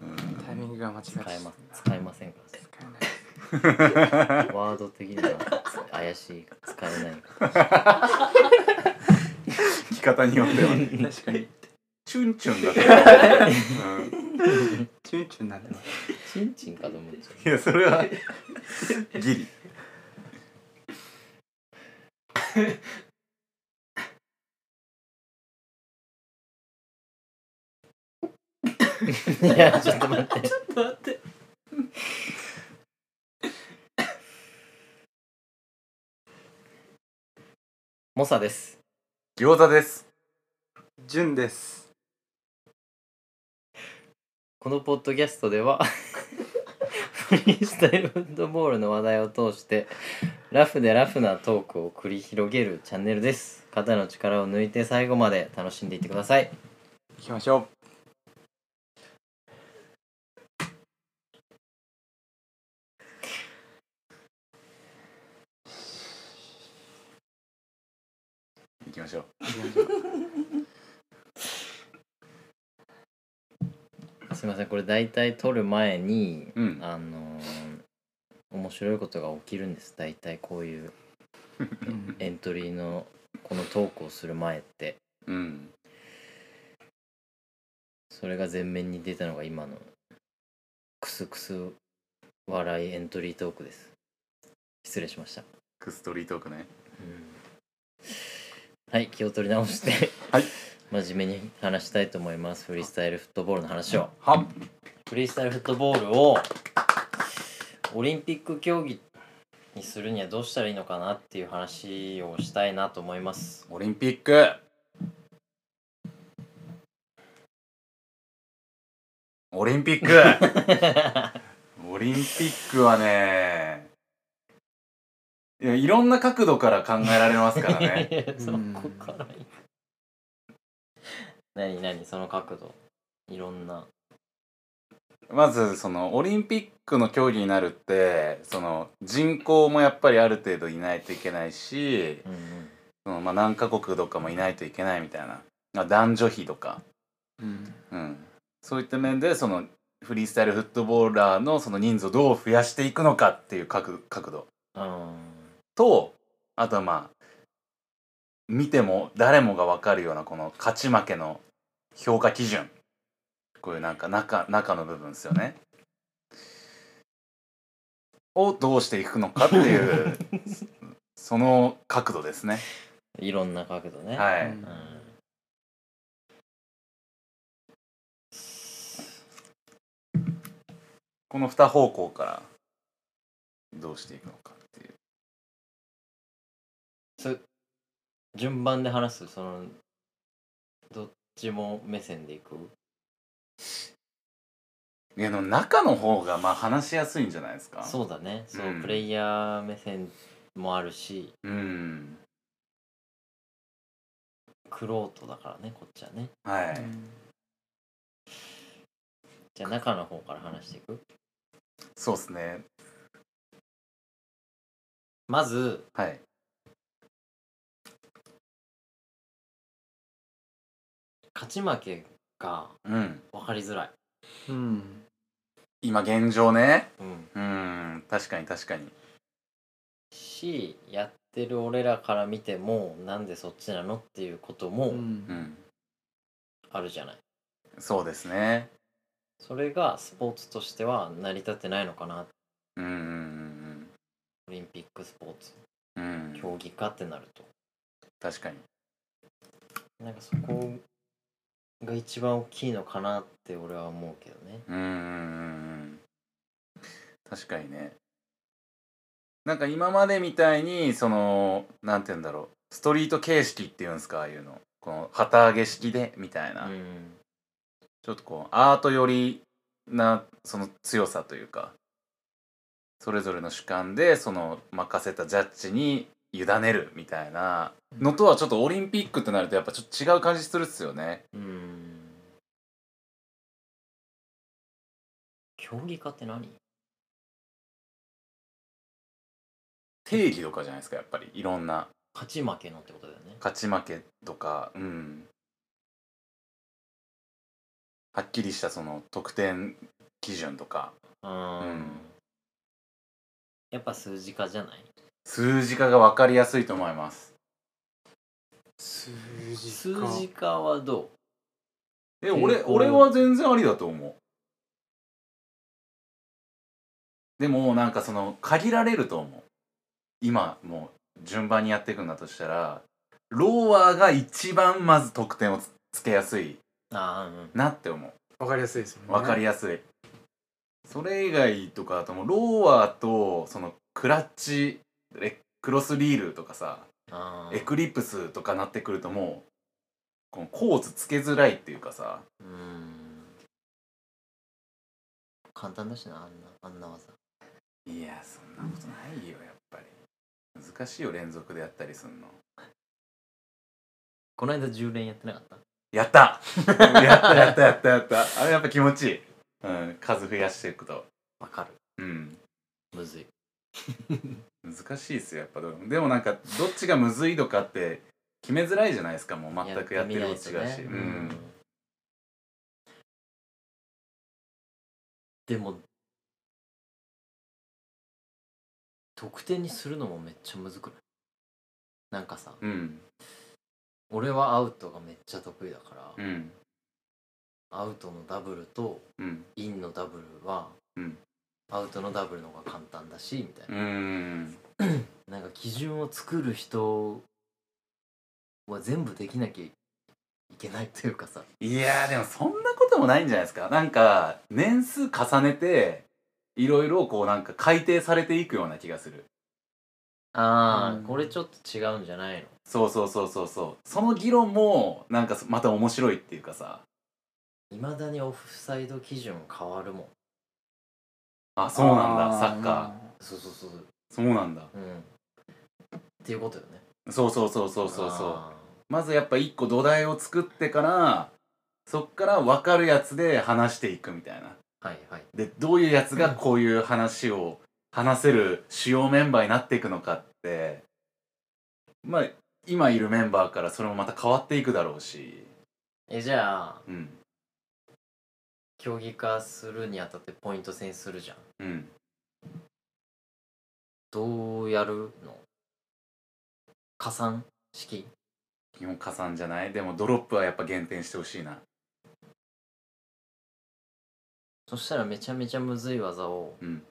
うんタイミングが間違え使えまま使えませんからね *laughs* ワード的には怪しいから使えないから聞き方によってはねす確かにチュンチュンだった、 *laughs* うんチュンチュンなんだねチンチンかと思っちゃいやそれはギリういやちょっと待ってモサです餃子ですジュンですこのポッドキャストではフリースタイルフットボールの話題を通してラフでラフなトークを繰り広げるチャンネルです肩の力を抜いて最後まで楽しんでいってください行きましょう行きましょうすいませんこれ大体撮る前にうんあのー面白いことが起きるんです大体こういうエントリーのこのトークをする前ってうんそれが前面に出たのが今のクスクス笑いエントリートークです失礼しました、クストリートークねはい気を取り直してはい *laughs* 真面目に話したいと思いますフリースタイルフットボールの話をはフリースタイルフットボールをオリンピック競技にするにはどうしたらいいのかなっていう話をしたいなと思いますオリンピックオリンピ *laughs* ックオリンピックはねいやいろんな角度から考えられますか *laughs* らねそこからいい何何その角度いろんなまずそのオリンピックの競技になるってその人口もやっぱりある程度いないといけないしうんそのまあ何カ国とかもいないといけないみたいなまあ男女比とかうんうん、そういった面でそのフリースタイルフットボーラーのその人数をどう増やしていくのかっていう角角度うんとあとはまあ見ても誰もが分かるようなこの勝ち負けの評価基準こういうなんか中中の部分ですよねをどうしていくのかっていう *laughs* その角度ですねいろんな角度ね、はういんうんこの2方向からどうしていくのかっていうそ順番で話すそのどっちも目線でいくいやでも中の方がまあ話しやすいんじゃないですかそうだねそう、うんプレイヤー目線もあるしうんクロートだからねこっちはねはい、じゃあ中の方から話していくそうですねまずはい勝ち負けがうん分かりづらい、うん今現状ねうん、うん確かに確かにしやってる俺らから見てもなんでそっちなのっていうことうもんうんあるじゃない、そうですねそれがスポーツとしては成り立ってないのかなうんうんオリンピックスポーツうんうんうん競技化ってなると確かになんかそこが一番大きいのかなって俺は思うけどねうんうんうんうん確かにねなんか今までみたいにそのなんて言うんだろうストリート形式っていうんですかああいうのこの旗揚げ式でみたいな、うんちょっとこうアート寄りなその強さというかそれぞれの主観でその任せたジャッジに委ねるみたいなのとはちょっとオリンピックってなるとやっぱちょっと違う感じするっすよね。うん競技化って何定義とかじゃないですかやっぱりいろんな勝ち負けのってことだよね勝ち負けとかうんはっきりしたその得点基準とかうん、うんやっぱ数字化じゃない数字化が分かりやすいと思います数数字か字化はどええ俺こう俺は全然ありだと思うでもなんかその限られると思う今もう順番にやっていくんだとしたらローアーが一番まず得点をつつけやすいうああなって思わかりやすいですうもん分かりやすい、それ以外とかあともうローアーとそのクラッチレクロスリールとかさああエクリプスとかなってくるともうこのコーツつけづらいっていうかさうん簡単だしなあんなあんな技いやそんなことないよやっぱり難しいよ連続でやったりすんのこの間10連やってなかったやった *laughs* やったやったやったやったあれやっぱ気持ちいい、うん、数増やしていくとわかるうんむずい難しいですよやっぱどうでもなんかどっちがむずいのかって決めづらいじゃないですかもう全くやってるの違うし、やってみないとうねん、でも得点にするのもめっちゃむずくないなんかさうん俺はアウトがめっちゃ得意だから、うんアウトのダブルとうんインのダブルは、うんアウトのダブルの方が簡単だしみたいなう、んなんか基準を作る人は全部できなきゃいけないというかさいやーでもそんなこともないんじゃないですかなんか年数重ねていろいろこうなんか改定されていくような気がするああ、うんこれちょっと違うんじゃないのそうそうそうそうそうその議論もなんかまた面白いっていうかさいまだにオフサイド基準変わるもんあそうなんだサッカそうそうそうーそうなんだうんっていうことよねそうそうそうそうそうそうあまずやっぱ一個土台を作ってからそっから分かるやつで話していくみたいなーはいはいでどういうやつがこういう話を話せる主要メンバーになっていくのかってまあ今いるメンバーからそれもまた変わっていくだろうしえじゃあうん競技化するにあたってポイント制にするじゃんうんどうやるの加算式基本加算じゃないでもドロップはやっぱ減点してほしいなそしたらめちゃめちゃむずい技をうん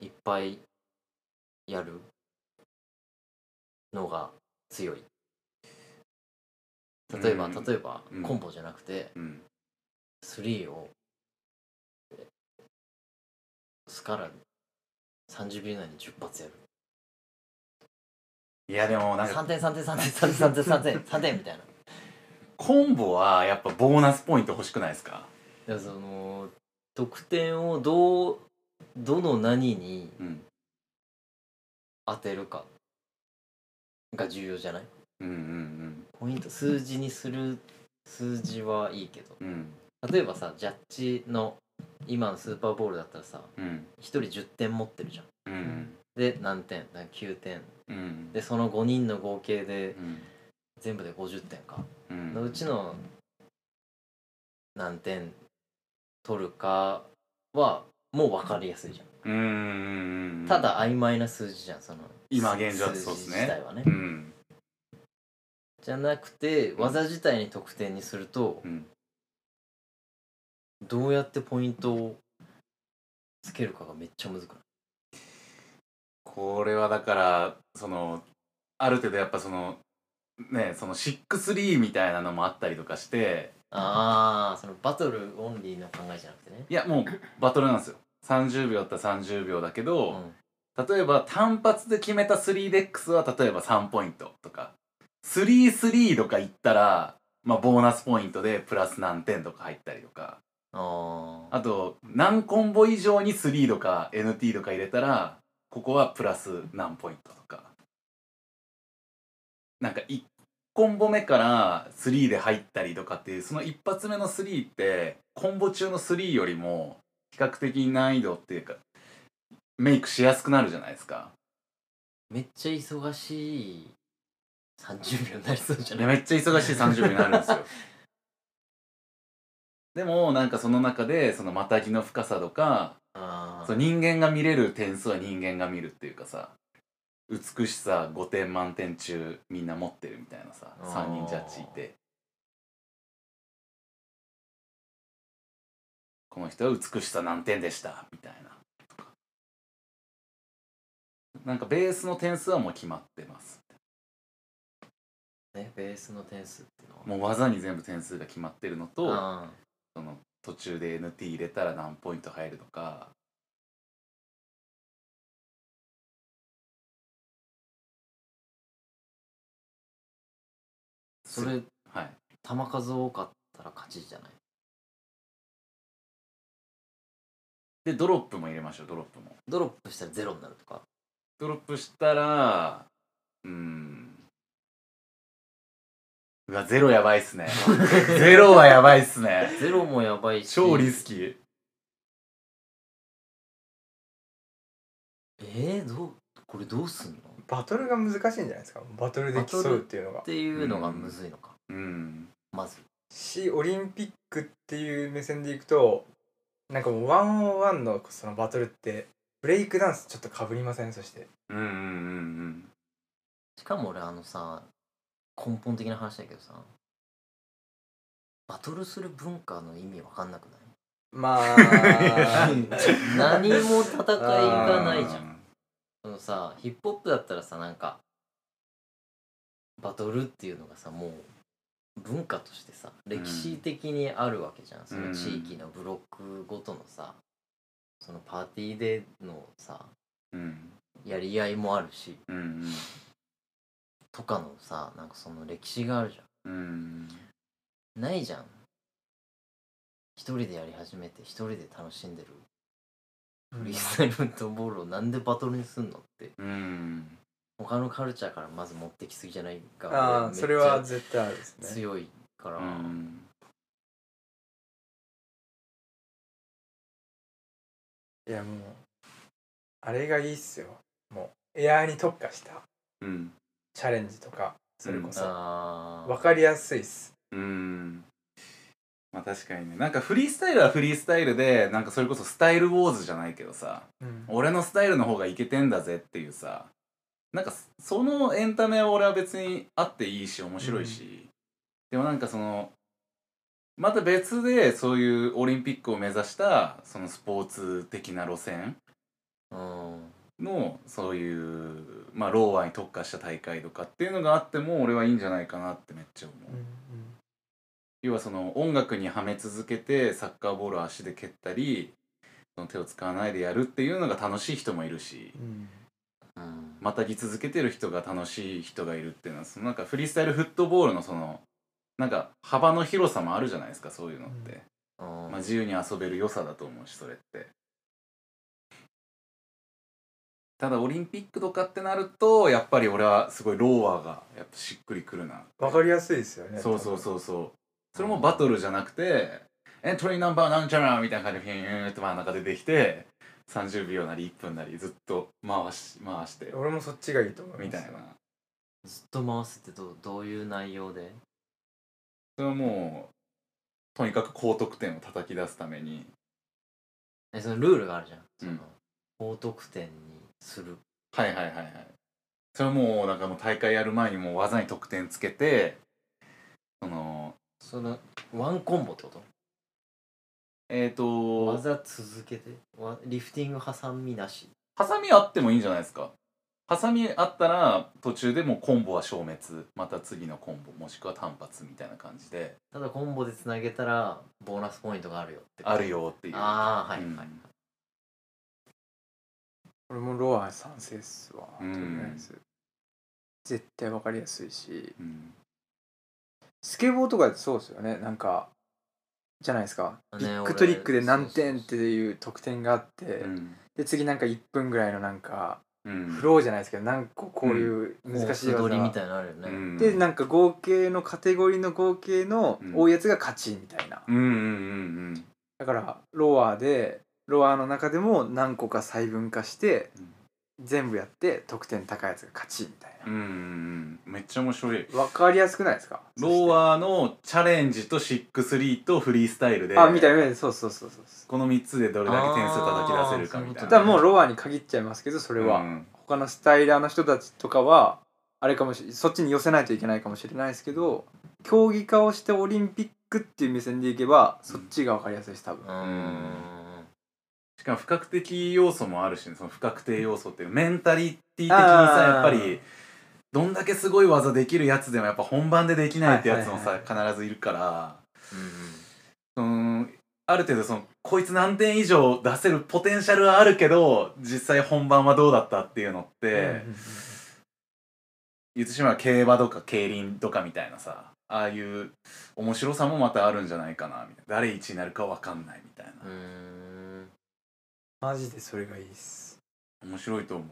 いっぱいやるのが強い例えば、うん例えば、うんコンボじゃなくてうん3をえスカラ30秒以内に10発やるいやでもなんか3点3点3点3点3点3点3点みた *laughs* いなコンボはやっぱボーナスポイント欲しくないですかいやその得点をどうどの何にうん当てるかが重要じゃないうんうんポイント数字にする数字はいいけどうんうん例えばさジャッジの今のスーパーボールだったらさうん1人10点持ってるじゃんうんで何点だから9点うんでその5人の合計でうん全部で50点かうんのうちの何点取るかはもう分かりやすいじゃんうんうんうんただ曖昧な数字じゃんその今現状だと数そうっす字ね自体はねうんじゃなくて技自体に得点にするとうんどうやってポイントをつけるかがめっちゃむずくないこれはだからそのある程度やっぱそのねその63みたいなのもあったりとかしてああそのバトルオンリーの考えじゃなくてねいやもうバトルなんですよ30秒だったら30秒だけうど、ん例えば単発で決めた 3DEX は例えば3ポイントとか33とかいったらまあボーナスポイントでプラス何点とか入ったりとかあああと何コンボ以上に3とか NT とか入れたらここはプラス何ポイントとかなんか1コンボ目から3で入ったりとかっていうその一発目の3ってコンボ中の3よりも比較的難易度っていうかメイクしやすくなるじゃないですかめっちゃ忙しい30秒になりそうじゃいやないめっちゃ忙しい30秒になるんですよ *laughs* でもなんかその中でそのまたぎの深さとかあその人間が見れる点数は人間が見るっていうかさ美しさ5点満点中みんな持ってるみたいなさあー3人ジャッジいてこの人は美しさ何点でしたみたいなとかなんかベースの点数はもう決まってますあねベースの点数っていうのはもう技に全部点数が決まってるのとあその途中で NT 入れたら何ポイント入るとかーそれはい球数多かったら勝ちじゃないでドロップも入れましょうドロップもドロップしたらゼロになるとかドロップしたらうんうわゼロやばい *laughs* っすねゼロはやばいっすねゼロもやばいし超リスキーえー、どうこれどうすんのっバトルが難しいんじゃないですかバトルで競うっていうのがていうのがむずいのか、うんまずしオリンピックっていう目線でいくとなんかもうワンオンワンのそのバトルってブレイクダンスちょっとかぶりませんそしてうんうんうんしかも俺あのさ根本的な話だけどさバトルする文化の意味わかんなくないまうあん *laughs* 何も戦いがないじゃんんそのさヒップホップだったらさなんかバトルっていうのがさもう文化としてさ歴史的にあるわけじゃん、その地域のブロックごとのさそのパーティーでのさうんやり合いもあるしうんとかのさなんかその歴史があるじゃんうんうんないじゃん一人でやり始めて一人で楽しんでるフリースタイルフットボールをなんでバトルにすんのってうん他のカルチャーからまず持ってきすぎじゃないかめあっーちゃそれは絶対あるですね強いから、うんいやもうあれがいいっすよもうエアーに特化したうんチャレンジとかそれこそ、あー分かりやすいっすうんまあ確かにねなんかフリースタイルはフリースタイルでなんかそれこそスタイルウォーズじゃないけどさうん俺のスタイルの方がイケてんだぜっていうさなんかそそのエンタメは俺は別にあっていいし面白いし、でもなんかそのまた別でそういうオリンピックを目指したそのスポーツ的な路線うんのそういうまあローアに特化した大会とかっていうのがあっても俺はいいんじゃないかなってめっちゃ思う。要はその音楽にはめ続けてサッカーボールを足で蹴ったりその手を使わないでやるっていうのが楽しい人もいるしうんうんまたぎ続けてる人が楽しい人がいるっていうのはそのなんかフリースタイルフットボールのそのなんか幅の広さもあるじゃないですかそういうのって、うんまあ、自由に遊べる良さだと思うしそれってただオリンピックとかってなるとやっぱり俺はすごいローアーがやっぱしっくりくるな分かりやすいですよねそうそうそうそうそれもバトルじゃなくてエントリーナンバーなんちゃらみたいな感じでピューンって真ん中でできて30秒なり1分なりずっと回し回して俺もそっちがいいと思いますみたいなずっと回すってどうどういう内容でそれはもうとにかく高得点を叩き出すためにえそのルールがあるじゃんその、うん高得点にするはいはいはいはいそれはもうなんかもう大会やる前にもう技に得点つけてそのそのワンコンボってことえっ、ー、と技続けてわリフティング挟みなしハサミあってもいいんじゃないですかハサミあったら途中でもうコンボは消滅また次のコンボもしくは単発みたいな感じでただコンボでつなげたらボーナスポイントがあるよってあるよっていうああはいはい、うんはい俺もロア賛成っすわ、うんとりあえず絶対分かりやすいしうんスケボーとかそうですよねなんかじゃないですか、ねビッ俺グトリックで何点っていう得点があってうんで次なんか1分ぐらいのなんか、うんフローじゃないですけどなんかこうこういう難しいコース技、取りみたいなのあるよね、うんでなんか合計のカテゴリーの合計のうん多いやつが勝ちみたいな、うんうんうんだからロアでロアの中でも何個か細分化してうん全部やって得点高いやつが勝ちみたいうんめっちゃ面白いなわかりやすくないですかローアーのチャレンジとシックスリーとフリースタイルであみたいなそうそうそうそうそうこの3つでどれだけ点数叩き出せるかみたいだなからもうロアに限っちゃいますけどそれは、うん他のスタイラーの人たちとかはあれかもしそっちに寄せないといけないかもしれないですけど競技化をしてオリンピックっていう目線でいけばそっちがわかりやすいです多分、うーんしかも不確定要素もあるし、ね、その不確定要素っていうメンタリティ的にさあーやっぱりどんだけすごい技できるやつでもやっぱ本番でできないってやつもさ、はい必ずいるからうんそのある程度そのこいつ何点以上出せるポテンシャルはあるけど実際本番はどうだったっていうのって、うんうん言ってしまえば競馬とか競輪とかみたいなさああいう面白さもまたあるんじゃないかなみたいな誰1位になるか分かんないみたいな。うーんマジでそれがいいっす面白いと思う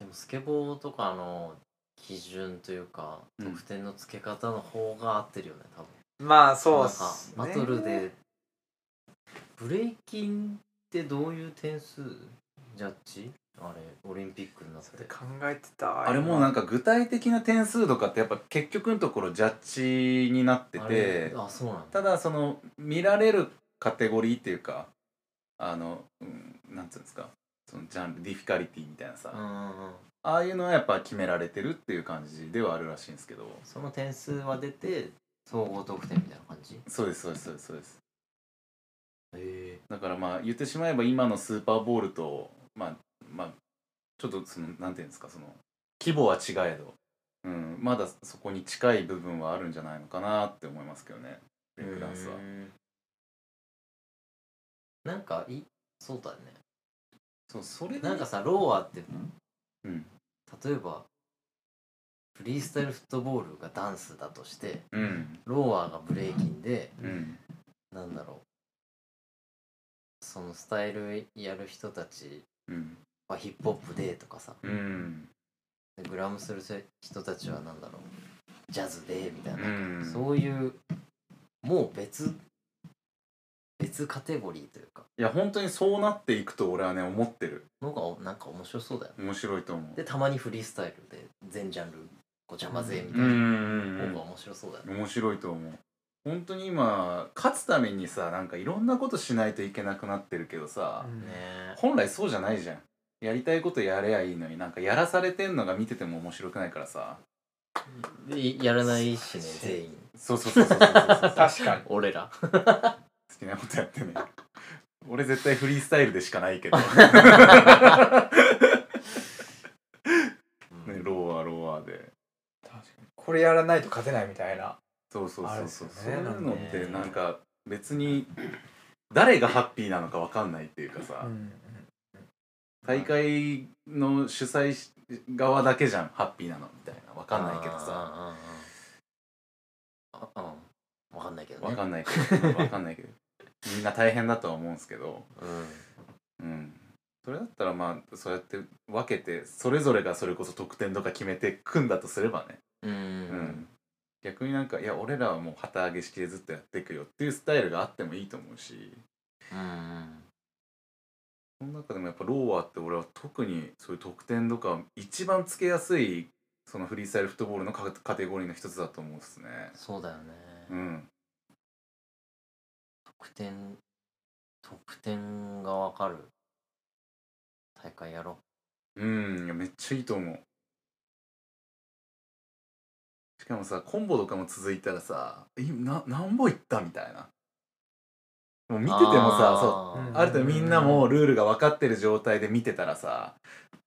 でもスケボーとかの基準というかうん得点の付け方の方が合ってるよね多分まあなそうっんかすねバトルでブレイキンってどういう点数ジャッジあれオリンピックになっそれて考えてたあれもうなんかか具体的な点数とかってやっぱ結局のところジャッジになってあれてあそうなんだただその見られるカテゴリーっていうかあの、うん、なんつうんですかそのジャンルディフィカリティみたいなさ、うんあうんうんあいうのはやっぱ決められてるっていう感じではあるらしいんですけどその点数は出て総合得点みたいな感じそうですそうですそうですそうですへだからまあ言ってしまえば今のスーパーボールとまあまあちょっとそのなんていうんですかその規模は違えど、うん、まだそこに近い部分はあるんじゃないのかなって思いますけどねえフランスは。なんかいそうだねそうそれなんかさローアーってうん例えばフリースタイルフットボールがダンスだとしてうんローアーがブレイキンでうんなんだろうそのスタイルやる人たちうんはヒップホップでとかさうんでグラムする人たちはなんだろうジャズでみたいな、うんそういうもう別別カテゴリーというかいや本当にそうなっていくと俺はね思ってるのがなんか面白そうだよね面白いと思うでたまにフリースタイルで全ジャンルごちゃ混ぜみうたいんうなん方うんが面白そうだよね面白いと思う本当に今勝つためにさなんかいろんなことしないといけなくなってるけどさ、ねえ本来そうじゃないじゃんやりたいことやれやいいのになんかやらされてんのが見てても面白くないからさでいやらないしね全員そうそうそうそうそうそう確かに俺ら好きなことやってね俺絶対フリースタイルでしかないけどねうんローアーローアーでこれやらないと勝てないみたいなそうそうそうそう、あそうれですよねいうのなんっかてねなんか別に誰がハッピーなのかわかんないっていうかさ、うん大会の主催し側だけじゃんハッピーなのみたいなわかんないけどさああうんわかんないけどわねかんないけどわかんないけどみんな大変だとは思うんですけどうんうんそれだったらまあそうやって分けてそれぞれがそれこそ得点とか決めて組んだとすればね、ううんん逆になんかいや俺らはもう旗揚げ式でずっとやっていくよっていうスタイルがあってもいいと思うしうんその中でもやっぱローアーって俺は特にそういう得点とか一番つけやすいそのフリースタイルフットボールのカカテゴリーの一つだと思うんですね。そうだよねうん、得点得点がわかる大会やろうん、いやめっちゃいいと思うしかもさコンボとかも続いたらさ「えな何本いった?」みたいなもうう見ててもさそうあーうんある程度みんなもルールが分かってる状態で見てたらさ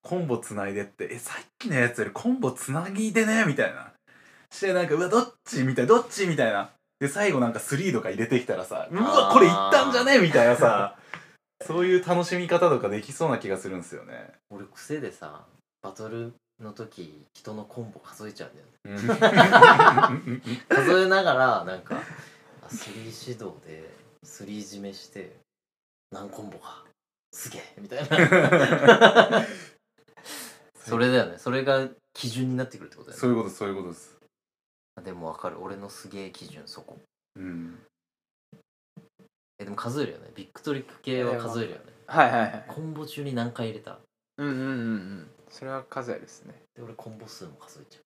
コンボつないでって「えさっきのやつよりコンボつなぎでね」みたいなしてなんか「うわどっち?」みたいな「どっち?」みたいなで最後なんかスリーとか入れてきたらさ「うわこれいったんじゃね?」みたいなさそういう楽しみ方とかできそうな気がするんですよね。俺癖でさバトルの時人のコンボ数えちゃうんだよね数えながらなんかあスリー指導でスリー締めして何コンボかすげえみたいなそれだよねそれが基準になってくるってことだ *laughs* そようねいうことそういうことです。でもわかる俺のすげえ基準そこうん、えでも数えるよねビッグトリック系は数えるよねはいはいはいコンボ中に何回入れたうんうんうんうんそれは数えですねで俺コンボ数も数えちゃう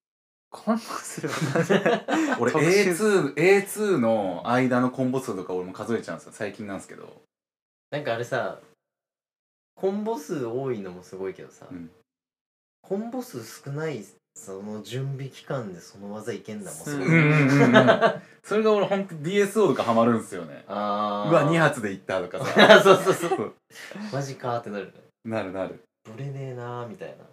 コンボするは *laughs* 俺特殊 A2, A2 の間のコンボ数とか俺も数えちゃうんですよ最近なんですけどなんかあれさコンボ数多いのもすごいけどさ、うんコンボ数少ないその準備期間でその技いけんだもんすごい、うんうんうんうん *laughs* それが俺ほんと DSO とかハマるんすよねああうわ2発でいったとかさあそうそうそう *laughs* そうマジかーってなるねなるなるぶれねえなーみたいな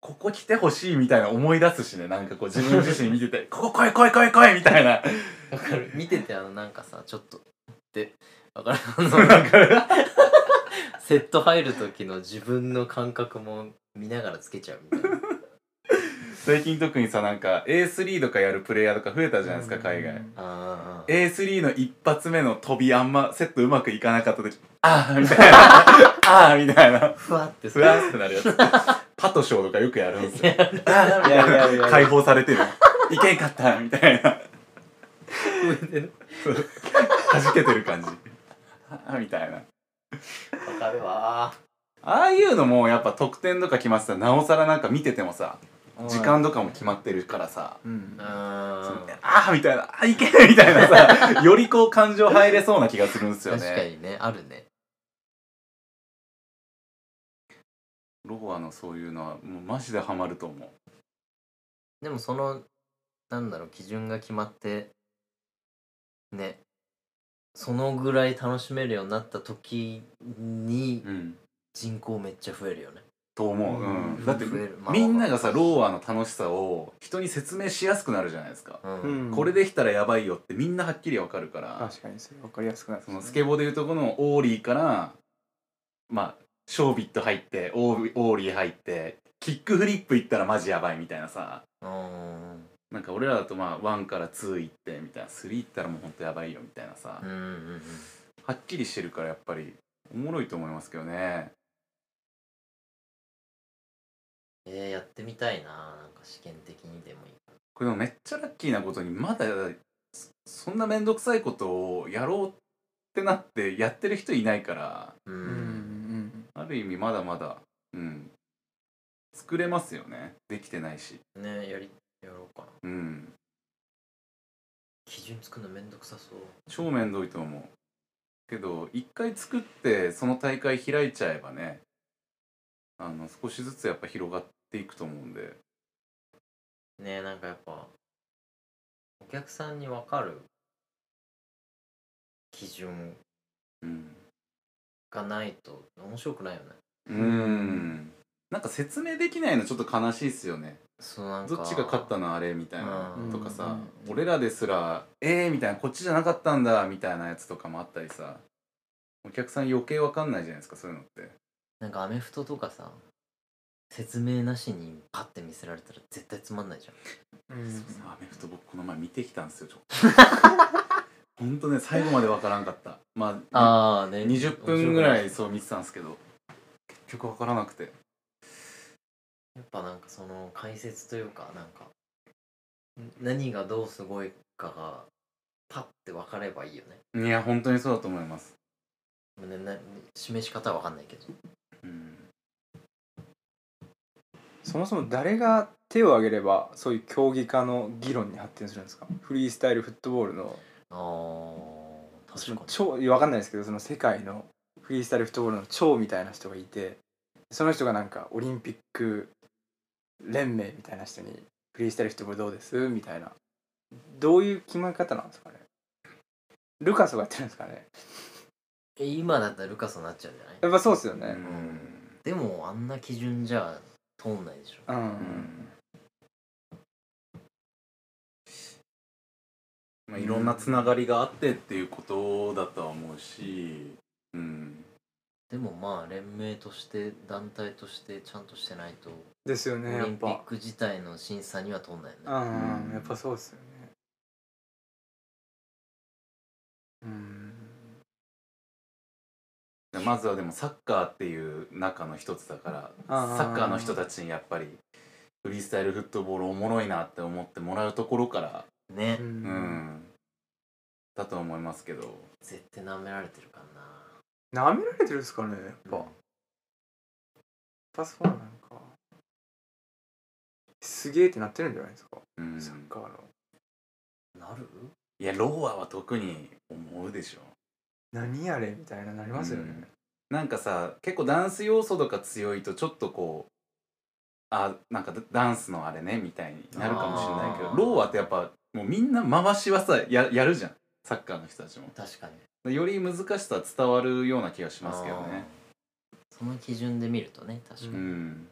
ここ来てほしいみたいな思い出すしねなんかこう自分自身見てて *laughs* ここ来い来い来い来いみたいなわかる見ててあのなんかさちょっとってわかるあのなんかセット入る時の自分の感覚も見ながらつけちゃうみたいな最近特にさなんか A3 とかやるプレイヤーとか増えたじゃないですか海外あー A3 の一発目の飛びあんまセットうまくいかなかった時ああみたい *laughs* なああみたいなふわってふわーってなるや *laughs* つパトショーとかよくやるんですよいやいやいや解放されてるいけんかったみた *laughs* いな上でね弾けてる感じあみたいなわかるわああいうのもやっぱ得点とか決まってたらなおさらなんか見ててもさ時間とかも決まってるからさうんーそのあーああみたいなあいけんみたいな *laughs* さよりこう感情入れそうな気がするんですよね確かにねあるねロゴアのそういうのはもうマジでハマると思うでもそのなんだろう基準が決まってねそのぐらい楽しめるようになった時にうん人口めっちゃ増えるよねと思う、うんうんだって増えるまあみんながさローアの楽しさを人に説明しやすくなるじゃないですか、うん、これできたらやばいよってみんなはっきりわかるから確かにそれ分かりやすくなるそのスケボーでいうとこのオーリーからまあショービット入ってオーオーリー入ってキックフリップいったらマジやばいみたいなさうんなんか俺らだとまあ1から2いってみたいな3いったらもうほんとやばいよみたいなさ、うんうんはっきりしてるからやっぱりおもろいと思いますけどねえー、やってみたいななんか試験的にでもいいこれでもめっちゃラッキーなことにまだそそんな面倒くさいことをやろうってなってやってる人いないからううんうんうんある意味まだまだうん作れますよねできてないしねやりやろうかなうん基準作るのめんどくさそう超面倒いと思うけど一回作ってその大会開いちゃえばねあの少しずつやっぱ広がっていくと思うんでねなんかやっぱお客さんに分かる基準うんがないと面白くないよねうーんなんか説明できないのちょっと悲しいっすよねそうなんかどっちが勝ったのあれみたいなうんとかさう俺らですら「えー」みたいな「こっちじゃなかったんだ」みたいなやつとかもあったりさお客さん余計わかんないじゃないですかそういうのってなんかアメフトとかさ説明なしにパッて見せられたら絶対つまんないじゃんうんアメフト僕この前見てきたんですよちょっとほんとね最後までわからんかったまあああね20分ぐらいそう見てたんですけど結局分からなくてやっぱなんかその解説というかなんかん何がどうすごいかがパッて分かればいいよねいや本当にそうだと思いますまあねな示し方は分かんないけどうんそもそも誰が手を挙げればそういう競技化の議論に発展するんですかフリースタイルフットボールのああそ確のかに超わかんないですけどその世界のフリースタイルフットボールの超みたいな人がいてその人がなんかオリンピック連盟みたいな人に「フリースタイルフットボールどうです?」みたいなどういう決まり方なんですかねルカスがやってるんですかねえ今だったらルカスになっちゃうんじゃないやっぱそうですようねんでもあんな基準じゃ通んないでしょうん、うんまあ、いろんなつながりがあってっていうことだとは思うしうんでもまあ連盟として団体としてちゃんとしてないとですよオねやリっンピッぱク自体の審査には通んないよねうん、うんやっぱそうですよねうんまずはでもサッカーっていう中の一つだからあーサッカーの人たちにやっぱりフリースタイルフットボールおもろいなって思ってもらうところからねううんんだと思いますけど絶対舐められてるからななめられてるんですかねやっぱ、ぱそうなのかすげえってなってるんじゃないですか、うんサッカーのなるいやローアは特に思うでしょ何やれみたいななりますよね、うんなんかさ結構ダンス要素とか強いとちょっとこうあなんかダンスのあれねみたいになるかもしれないけあどーローアってやっぱもうみんな回しはさややるじゃんサッカーの人たちも確かにより難しさは伝わるような気がしますけどねあーその基準で見るとね確かうに、ん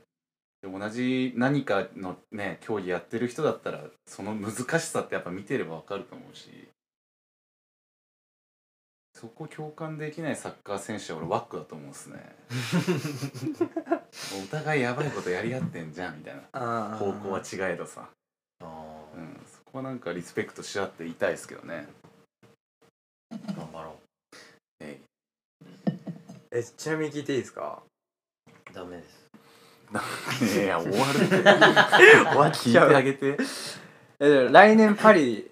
で同じ何かのね競技やってる人だったらその難しさってやっぱ見てればわかると思うしそこ共感できないサッカー選手は俺ワックだと思うんですねお互いやばいことやり合ってんじゃんみたいなああ方向は違えどさ、あうん、そこはなんかリスペクトし合っていたいですけどねー頑張ろえちなみに聞いていいですかうダメですいやい *laughs* や終わるって終わっ聞いてあげてえ来年パリ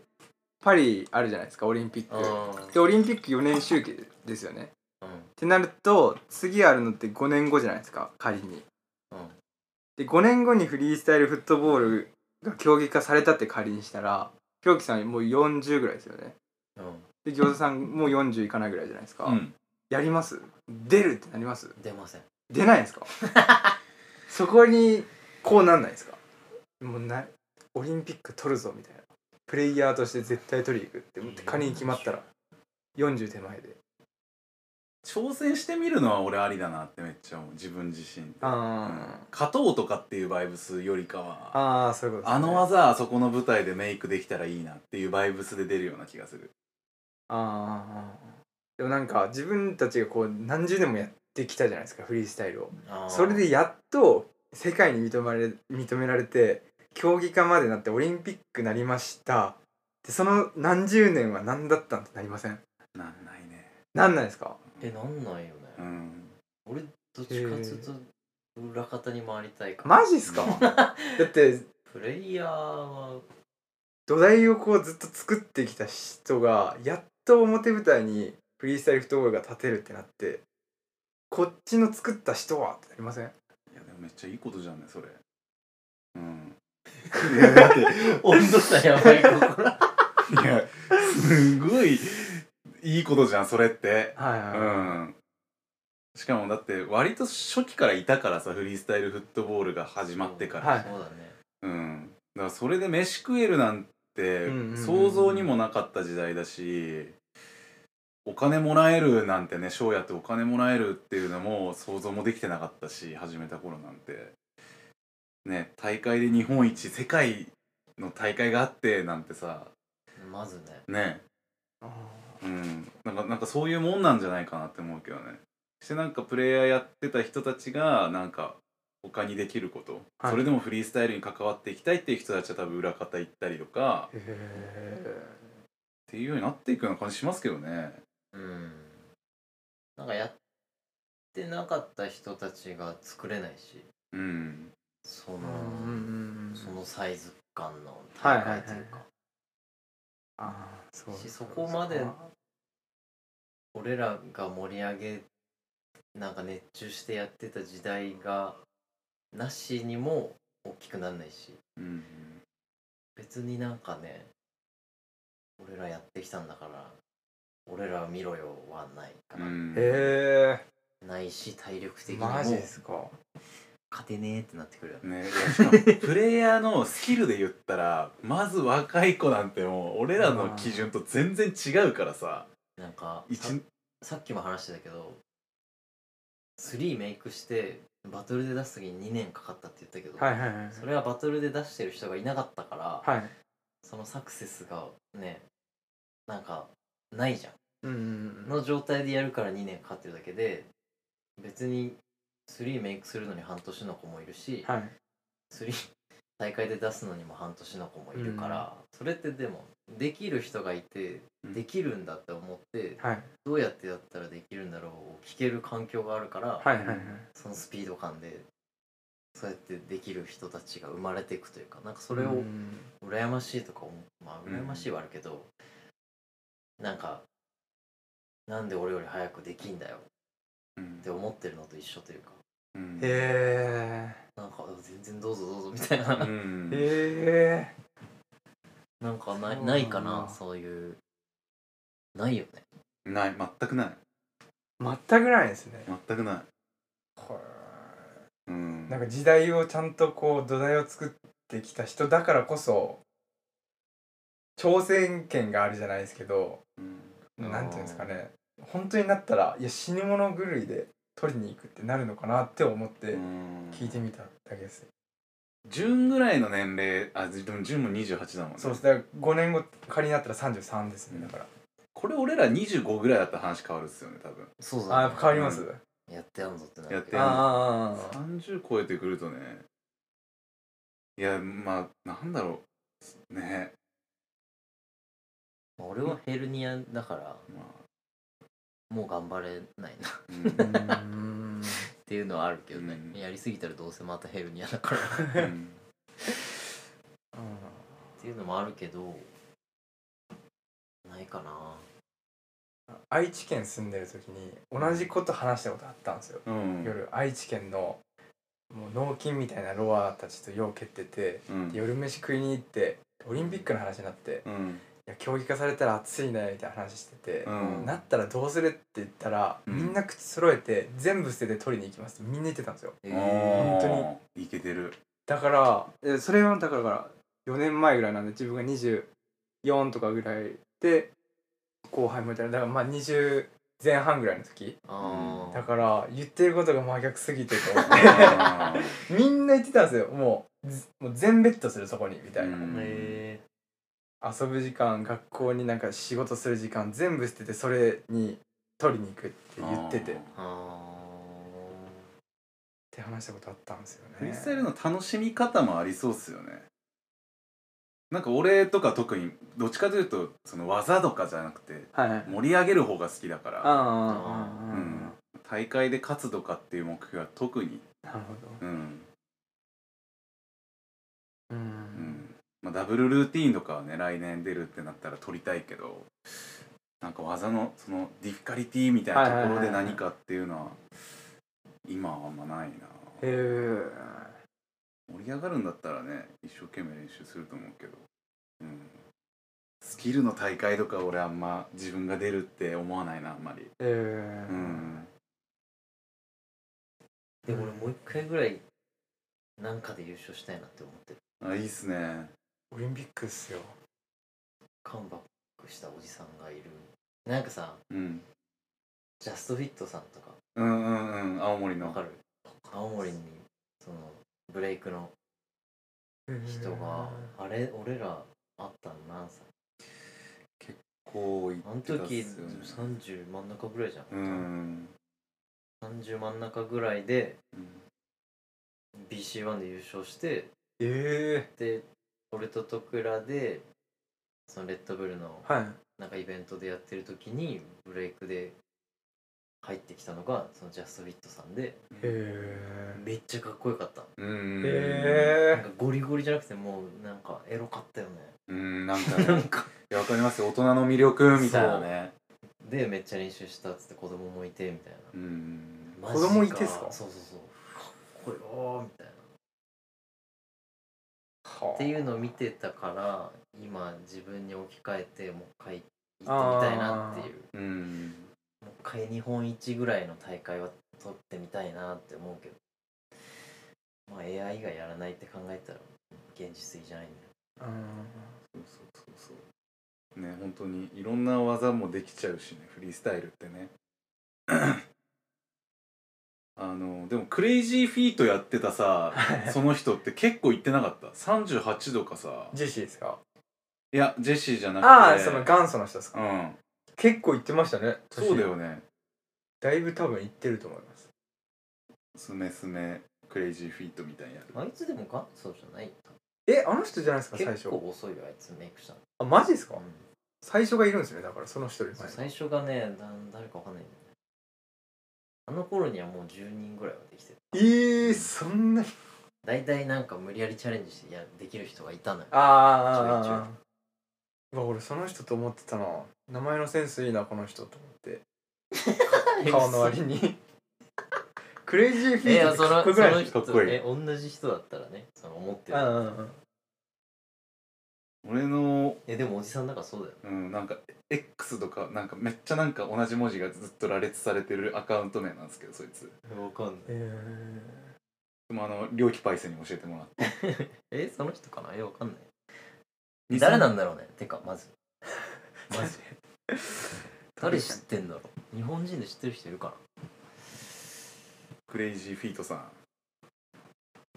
パリあるじゃないですかオリンピックでうオリンピック4年周期ですよねんうんってなると次あるのって5年後じゃないですか仮にうんで5年後にフリースタイルフットボールが競技化されたって仮にしたらひろきさんもう40ぐらいですよねうで餃子さんもう40いかないぐらいじゃないですか、うんやります出るってなりますん出ません出ないんですか *laughs* そこにこうなんないですかもうなオリンピック取るぞみたいなプレイヤーとして絶対取りに行くって思って仮に決まったら40手前で挑戦してみるのは俺ありだなってめっちゃ思う自分自身あ勝とうとかっていうバイブスよりかーはあーそういうことですねあの技あそこの舞台でメイクできたらいいなっていうバイブスで出るような気がするあーでもなんか自分たちがこう何十年もやってきたじゃないですかフリースタイルをあーそれでやっと世界に認められ認められて競技化までなってオリンピックなりましたでその何十年は何だったんってなりませんなんないねなんないですかえなんないよね、うん俺どっちかっつうと裏方に回りたいからマジっ *laughs* すかだってプレイヤーは土台をこうずっと作ってきた人がやっと表舞台にフリースタイルフットボールが立てるってなってこっちの作った人はってなりませんいやでもめっちゃいいことじゃんねそれうんいやだってい温度差やばいここらやすごいいいことじゃんそれってはいはういはい、んしかもだって割と初期からいたからさフリースタイルフットボールが始まってから、はいそうだねうん、だからそれで飯食えるなんてうんうんうん想像にもなかった時代だしお金もらえるなんてねショーやってお金もらえるっていうのも想像もできてなかったし始めた頃なんてね大会で日本一世界の大会があってなんてさまずねねあうんなんかなんかそういうもんなんじゃないかなって思うけどねしてなんかプレイヤーやってた人たちがなんか他にできること、はいそれでもフリースタイルに関わっていきたいっていう人たちは多分裏方行ったりとかーへっていうようになっていくような感じしますけどねうんなんかやってなかった人たちが作れないしうんそのー、うんうんうんそのサイズ感のは大いはいはい会というかあーそうしそこまで俺らが盛り上げなんか熱中してやってた時代がなしにも大きくなんないしうん別になんかね俺らやってきたんだから俺らを見ろよはないかうな、んへないし体力的えにもマジっ勝すかてねえってなってくるよねね、いやしかもプレイヤーのスキルで言ったらまず若い子なんてもう俺らの基準と全然違うからさなんか一ささっきも話してたけど3メイクしてバトルで出す時に2年かかったって言ったけど、はいはいはいそれはバトルで出してる人がいなかったから、はいそのサクセスがねなんかないじゃんうんうんうんの状態でやるから2年かかってるだけで別に3メイクするのに半年の子もいるし、はい3大会で出すのにも半年の子もいるから、それってでもできる人がいてうんできるんだって思って、はいどうやってやったらできるんだろうを聞ける環境があるから、はいはいはいそのスピード感でそうやってできる人たちが生まれていくというかなんかそれをうん羨ましいとか思うまあうん羨ましいはあるけど、なんかなんで俺より早くできんだようんって思ってるのと一緒というかうんへなんか全然どうぞどうぞみたいな、うんえへえなんかなそうなんだいないかなそういうないよねない全くない全くないですね全くないうんなんか時代をちゃんとこう土台を作ってきた人だからこそ挑戦権があるじゃないですけどうんなんていうんですかね本当になったらいや死に物狂いで取りに行くってなるのかなって思ってうん聞いてみただけです、 10ぐらいの年齢あでも10も28だもんねそうですだから5年後仮になったら33ですねだから、これ俺ら25ぐらいだったら話変わるっすよね多分そうあやだ、っねぱ、変わります、うんやってやんぞってなやっるけてどやんぞああ30超えてくるとねいやまあなんだろうね俺はヘルニアだからまもう頑張れないな *laughs* っあ、うんうーんていうのはあるけどね、うんやりすぎたらどうせまたヘルニアだから *laughs* っうんていうのもあるけどないかな愛知県住んでる時に同じこと話したことあったんですようん夜愛知県のもう納金みたいなロアたちとよう蹴っててうん夜飯食いに行ってオリンピックの話になってうんいや競技化されたら暑いねみたいな話してて、うんなったらどうするって言ったら、うんみんな口揃えて全部捨てて取りに行きますってみんな言ってたんですよえ本本当当にいけ *laughs* てるだからえそれはだからだから4年前ぐらいなんで自分が24とかぐらいで後輩もいたらだからまあ20前半ぐらいの時あだから言ってることが真逆すぎてと思ってあ *laughs* ーみんな言ってたんですよもうずもう全ベッドするそこにみたいな、うんへえ遊ぶ時間学校になんか仕事する時間全部捨ててそれに取りに行くって言っててっあて話したことあったんですよねフリースタイルの楽しみ方もありそうっすよねなんか俺とか特にどっちかというとその技とかじゃなくてはいはい盛り上げる方が好きだからあーううんん、大会で勝つとかっていう目標は特に、なるほうんどうん、うんまあ、ダブルルーティーンとかはね来年出るってなったら取りたいけどなんか技のそのディフィカリティみたいなところはでいはいはいはい何かっていうのは今はあんまないへなえ盛り上がるんだったらね一生懸命練習すると思うけど、うん、スキルの大会とか俺あんま自分が出るって思わないなあんまり、ええうん、でも俺もう一回ぐらいなんかで優勝したいなって思ってるあいいっすねオリンピックっすよカンバックしたおじさんがいるなんかさうんジャストフィットさんとかうんうんうん青森のわかる青森にそのブレイクの人があれ俺らあったの何歳こう言あのってたっす時よね30真ん中ぐらいじゃん、うん30真ん中ぐらいでうん、 BC1 で優勝してえで俺とトクラでそのレッドブルのえはいなんかイベントでやってる時にブレイクで入ってきたのがそのジャストフィットさんでへえめっちゃかっこよかったうなんんえかゴリゴリじゃなくてもうなんかエロかったよね *laughs* うんなんかなんねかいやわかりますよ大人の魅力みたいなねでめっちゃ練習したっつって子供もいてみたいなうんマジ子供いてっすかそうそうそうかっこよーみたいなはあっていうのを見てたから今自分に置き換えてもう一回行ってみたいなっていううんもう一回日本一ぐらいの大会は取ってみたいなって思うけどまあ AI がやらないって考えたら現実的じゃないんだようんそうそうそうそうね本当にいろんな技もできちゃうしねフリースタイルってね *coughs* あのでもクレイジーフィートやってたさその人って結構行ってなかった38度かさジェシーですかいやジェシーじゃなくてああその元祖の人ですかうん結構行ってましたねそうだよねだいぶ多分行ってると思いますスメスメクレイジーフィートみたいなやるあいつでも元祖じゃないえあの人じゃないですか最結初構遅いよあいつメイクしたの、あマジですかうん最初がいるんですねだからその一人前そう最初がねなん誰かわかんないんだよねあの頃にはもう10人ぐらいはできてるえー、そんな大体なんか無理やりチャレンジしてやできる人がいたのよあちょいちょいうわ俺その人と思ってたな名 *laughs* 前のセンスいいなこの人と思って顔の割にクレイジーフいィーやトそかのっこよそくないのかっこ人いいえ同じ人だったらねその思ってうるんうんうん俺のえでもおじさんだからそうだようん、なんか X とかなんかめっちゃなんか同じ文字がずっと羅列されてるアカウント名なんですけどそいつわかんないえでもあの猟奇パイセンに教えてもらってえその人かなえわかんない二誰三なんだろうねてかまずまず誰知確かってんだろう日本人で知ってる人いるか *laughs* クレイジーフィートさんな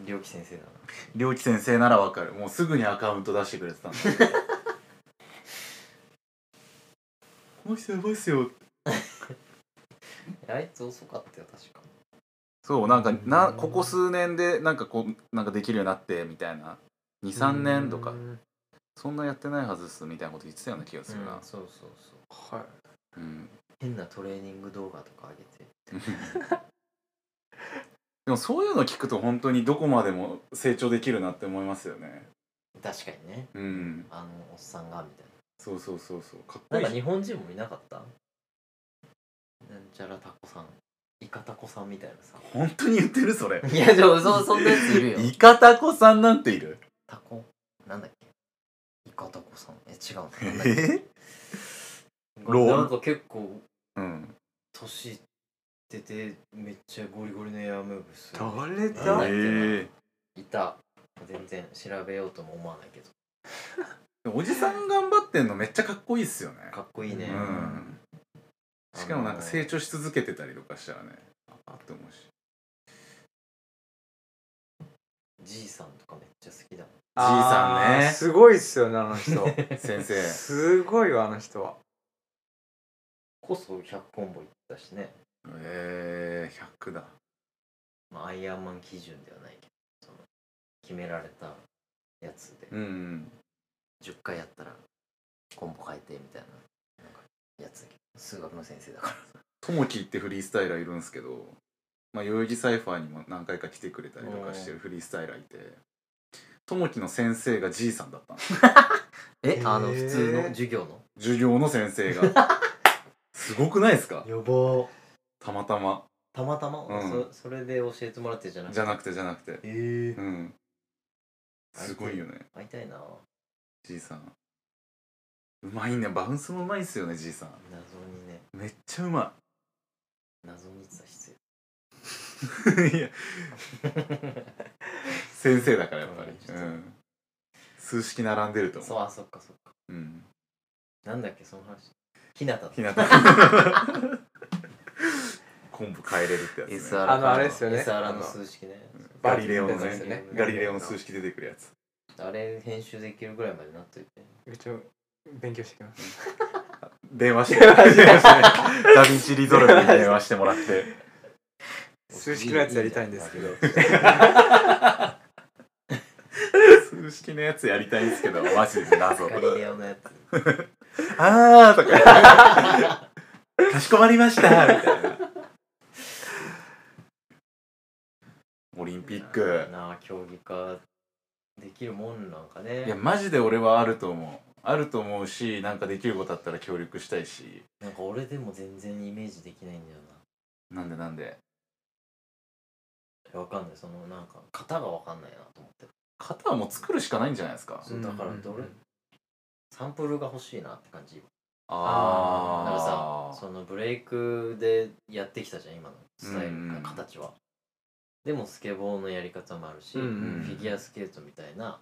りょうき先生だな猟奇先生ならわかるもうすぐにアカウント出してくれてたんだ *laughs* この人やばいっすよえあいつ遅かったよ確かそうなんかなここ数年でなんかこうなんかできるようになってみたいな23年とかうんそんなやってないはずっすみたいなこと言ってたような気がするう、なんそうそうそうはいうん、変なトレーニング動画とか上げて *laughs* でもそういうの聞くと本当にどこまでも成長できるなって思いますよね確かにねうんあのおっさんがみたいそうそうそうそうかっななんこかいい日本人もいなかったなんちゃらタコさんイカタコさんみたいなさ本当に言ってるそれ *laughs* いやでもそそんなやついるよイカタコさんなんているタコなんだっけイカタコさんえ違うなんだっけえ *laughs* ローなんか結構うん年いっててめっちゃゴリゴリのエアムーブする誰えだーいた全然調べようとも思わないけどでもおじさん頑張ってんのめっちゃかっこいいっすよねかっこいいね、うんしかもなんか成長し続けてたりとかしたらねあっ *laughs* て思うしじいさんとかめっちゃ好きだもあーじいさんねすごいっすよねあの *laughs* 人先生すごいわあの人はんこそ100コンボいったしね、えー、100だまあ、アイアンマン基準ではないけどその決められたやつでうん10回やったらコンボ変えてみたいななんかやつだけど数学の先生だからともきってフリースタイラーいるんですけど、まあ、代々木サイファーにも何回か来てくれたりとかしてるフリースタイラーいてともきの先生がじいさんだったのえ、あへのー普通の授業の授業の先生がすごくないですか予防たまたまたまたま、うんそそれで教えてもらってじゃなくじてゃなくてじゃなくてえうんすごいよね会いたいなじいさんうまいねバウンスもうまいっすよねじいさん謎にねめっちゃうま謎にってた必い *laughs* いや要先生だからやっぱり、ううんん、数式並んでる *laughs* とそ思うあそっかそっかう、うん、なんだっけその話ひなたひなた昆布変えれるってやつ、ね、あのあれっすよね SR の数式ねガリレオのバリみたいなやつですよねねガリレオの数式出てくるや *laughs* つあれ編集できるぐらいまでなっといてめっちゃ勉強してきます電話して *laughs* ダヴィンチリゾルブに電話してもらって数式のやつやりたいんですけどいい数式のやつやりたいんですけどマジで謎ガリレオのやつあーとかかしこまりましたみたいなオリンピックなあ競技化できるもんなんかねいやマジで俺はあると思うあると思うしなんかできることあったら協力したいしなんか俺でも全然イメージできないんだよなんでなんでないやわかんないそのなんか型がわかんないなと思って型はもう作るしかないんじゃないですかそうだからどれ、うんサンプルが欲しいなって感じだからあさそのブレイクでやってきたじゃん今のスタイルうんうかん形は、でもスケボーのやり方もあるし、うんうんフィギュアスケートみたいな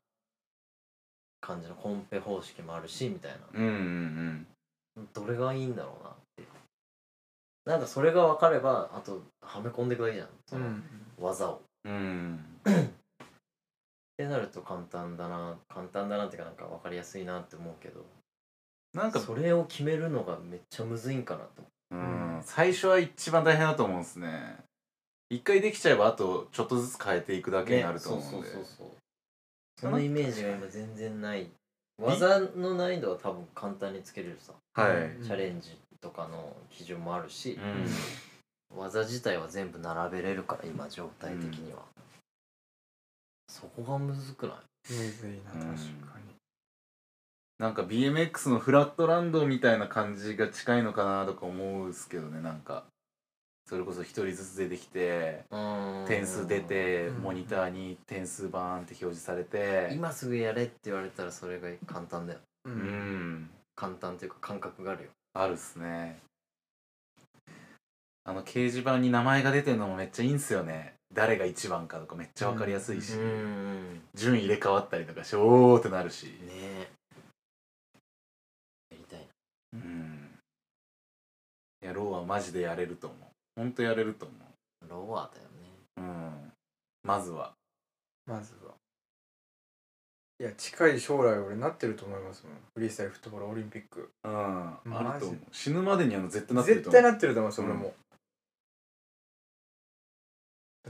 感じのコンペ方式もあるしみたいうんうんうんなどれがいいんだろうなってなんかそれが分かればあとはめ込んでいくだけじゃんその技を、っうんてなると簡単だな簡単だなっていうかなんか分かりやすいなって思うけどなんかそれを決めるのがめっちゃむずいんかなって思ううん最初は一番大変だと思うんですね一回できちゃえばあとちょっとずつ変えていくだけになると思うんで、ねそうそうそうそうそのイメージが今全然ない技の難易度は多分簡単につけれるさ、はい、うんチャレンジとかの基準もあるしう、ん技自体は全部並べれるから今状態的には、そこがむずくないむずいな確かになんか BMX のフラットランドみたいな感じが近いのかなとか思うんですけどねなんかそれこそ一人ずつ出てきてうん点数出てうんモニターに点数バーンって表示されて今すぐやれって言われたらそれが簡単だよううんん簡単というか感覚があるよあるっすねあの掲示板に名前が出てるのもめっちゃいいんすよね誰が一番かとかめっちゃわかりやすいし、ん順位入れ替わったりとかしておーってなるし、ねえやりたいなうんいやローはマジでやれると思うほんとやれると思ロワーだよねううんまずはまずはいや近い将来俺なってると思いますもんフリースタイルフットボールオリンピックうんマジあると思う死ぬまでには絶対なってると絶思対うなってると思いますうん俺も、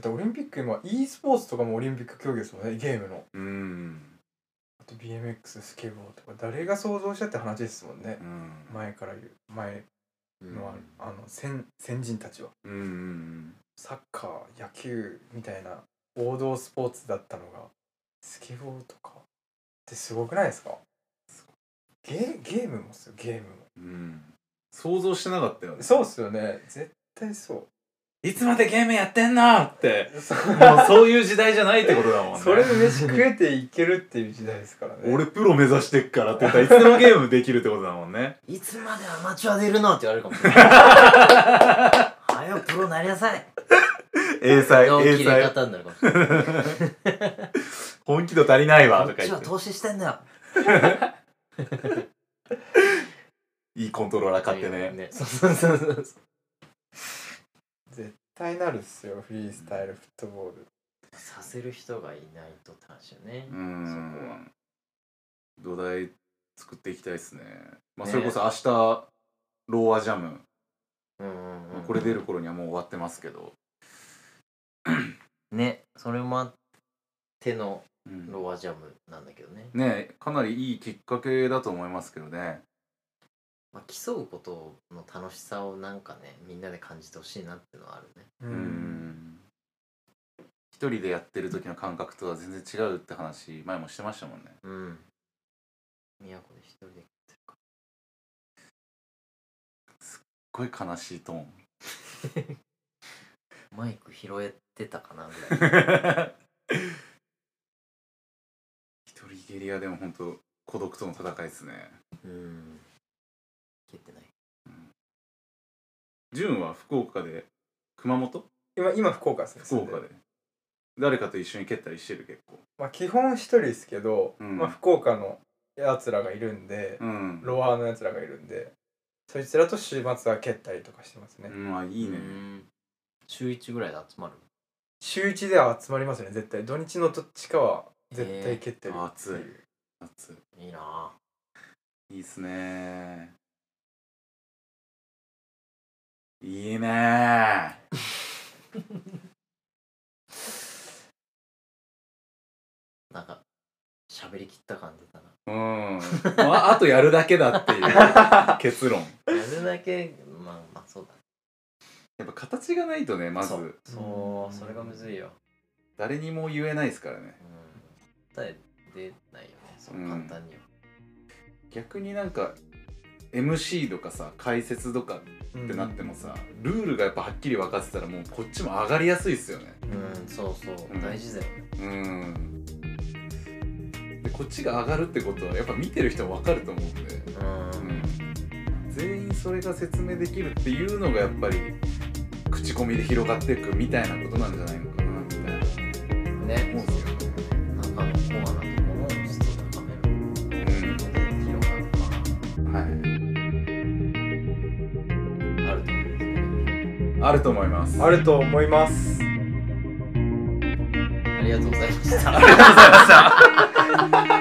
だってオリンピック今 e スポーツとかもオリンピック競技ですもんねゲームのうんあと BMX スケボーとか誰が想像したって話ですもんねう、ん前から言う前うんのあるあの先先人たちはうんうんサッカー野球みたいな王道スポーツだったのがスケボーとかってすごくないですかゲーゲームもっすよゲームもうん想像してなかったよねそうっすよね絶対そいつまでゲームやってんのってうそもうそういう時代じゃないってことだもんねそれで飯食えていけるっていう時代ですからね俺プロ目指してっからって言ったらいつでもゲームできるってことだもん *laughs* ねいつまでアマチュアでいるのって言われるかもしれない。はよ、プロなりなさい。英才の英切れ才方になるかもしれない。本気度足りないわことっかち言っはて投資してんだよ。いいコントローラー買ってねそうそうそうそう。絶対なるっすよフリースタイルフットボールさせる人がいないとって話よね。うんそこは土台作っていきたいですねまあねそれこそ明日ローアジャムうんうんうん。これ出る。頃にはもう終わってますけどね、それもあってのうんロアジャムなんだけどね。ねかなりいいきっかけだと思いますけどねまあ、競うことの楽しさをなんかね、みんなで感じてほしいなっていうのはあるね。ううん一人でやってる時の感覚とは全然違うって話前もしてましたもんねうん。宮古で一人で。すっごい悲しい *laughs* トーンマイク拾えてたかなぐらい。 *laughs* 一人ゲリアでも本当孤独との戦いですねうん。消えてない。ジュンは福岡で熊本今今福岡ですね福岡で誰かと一緒に蹴ったりしてる結構まあ基本一人ですけど、うんまあ福岡のやつらがいるんで、うんロワーのやつらがいるんでそいつらと週末は蹴ったりとかしてますね、うんあいいねうん週一ぐらいで集まる。週1では集まりますね絶対土日のどっちかは絶対蹴ってる、あ暑い暑いいなぁ。いいいっすねいいねなんか、喋りきった感じ *laughs* だな。うんもうああとやるだけだっていう *laughs* 結論やるだけ、まあまあそうだ。やっぱ形がないとねまずそうそう、それがむずいよ。誰にも言えないですからねうん。答え出ないよね、そううん簡単には。逆になんか MC とかさ解説とかうんってなってもさルールがやっぱはっきり分かってたらもうこっちも上がりやすいっすよねうんうん、そうそうう、ん大事だよね。うんでこっちが上がるってことはやっぱ見てる人も分かると思うんで、うん。全員それが説明できるっていうのがやっぱり口コミで広がっていくみたいなことなんじゃないのかなみたいなね、思うんですよねなんかコアなところをちょっと高めることで広がるのうんはいはあると思うんですけどあると思いますあると思いますありがとうございました。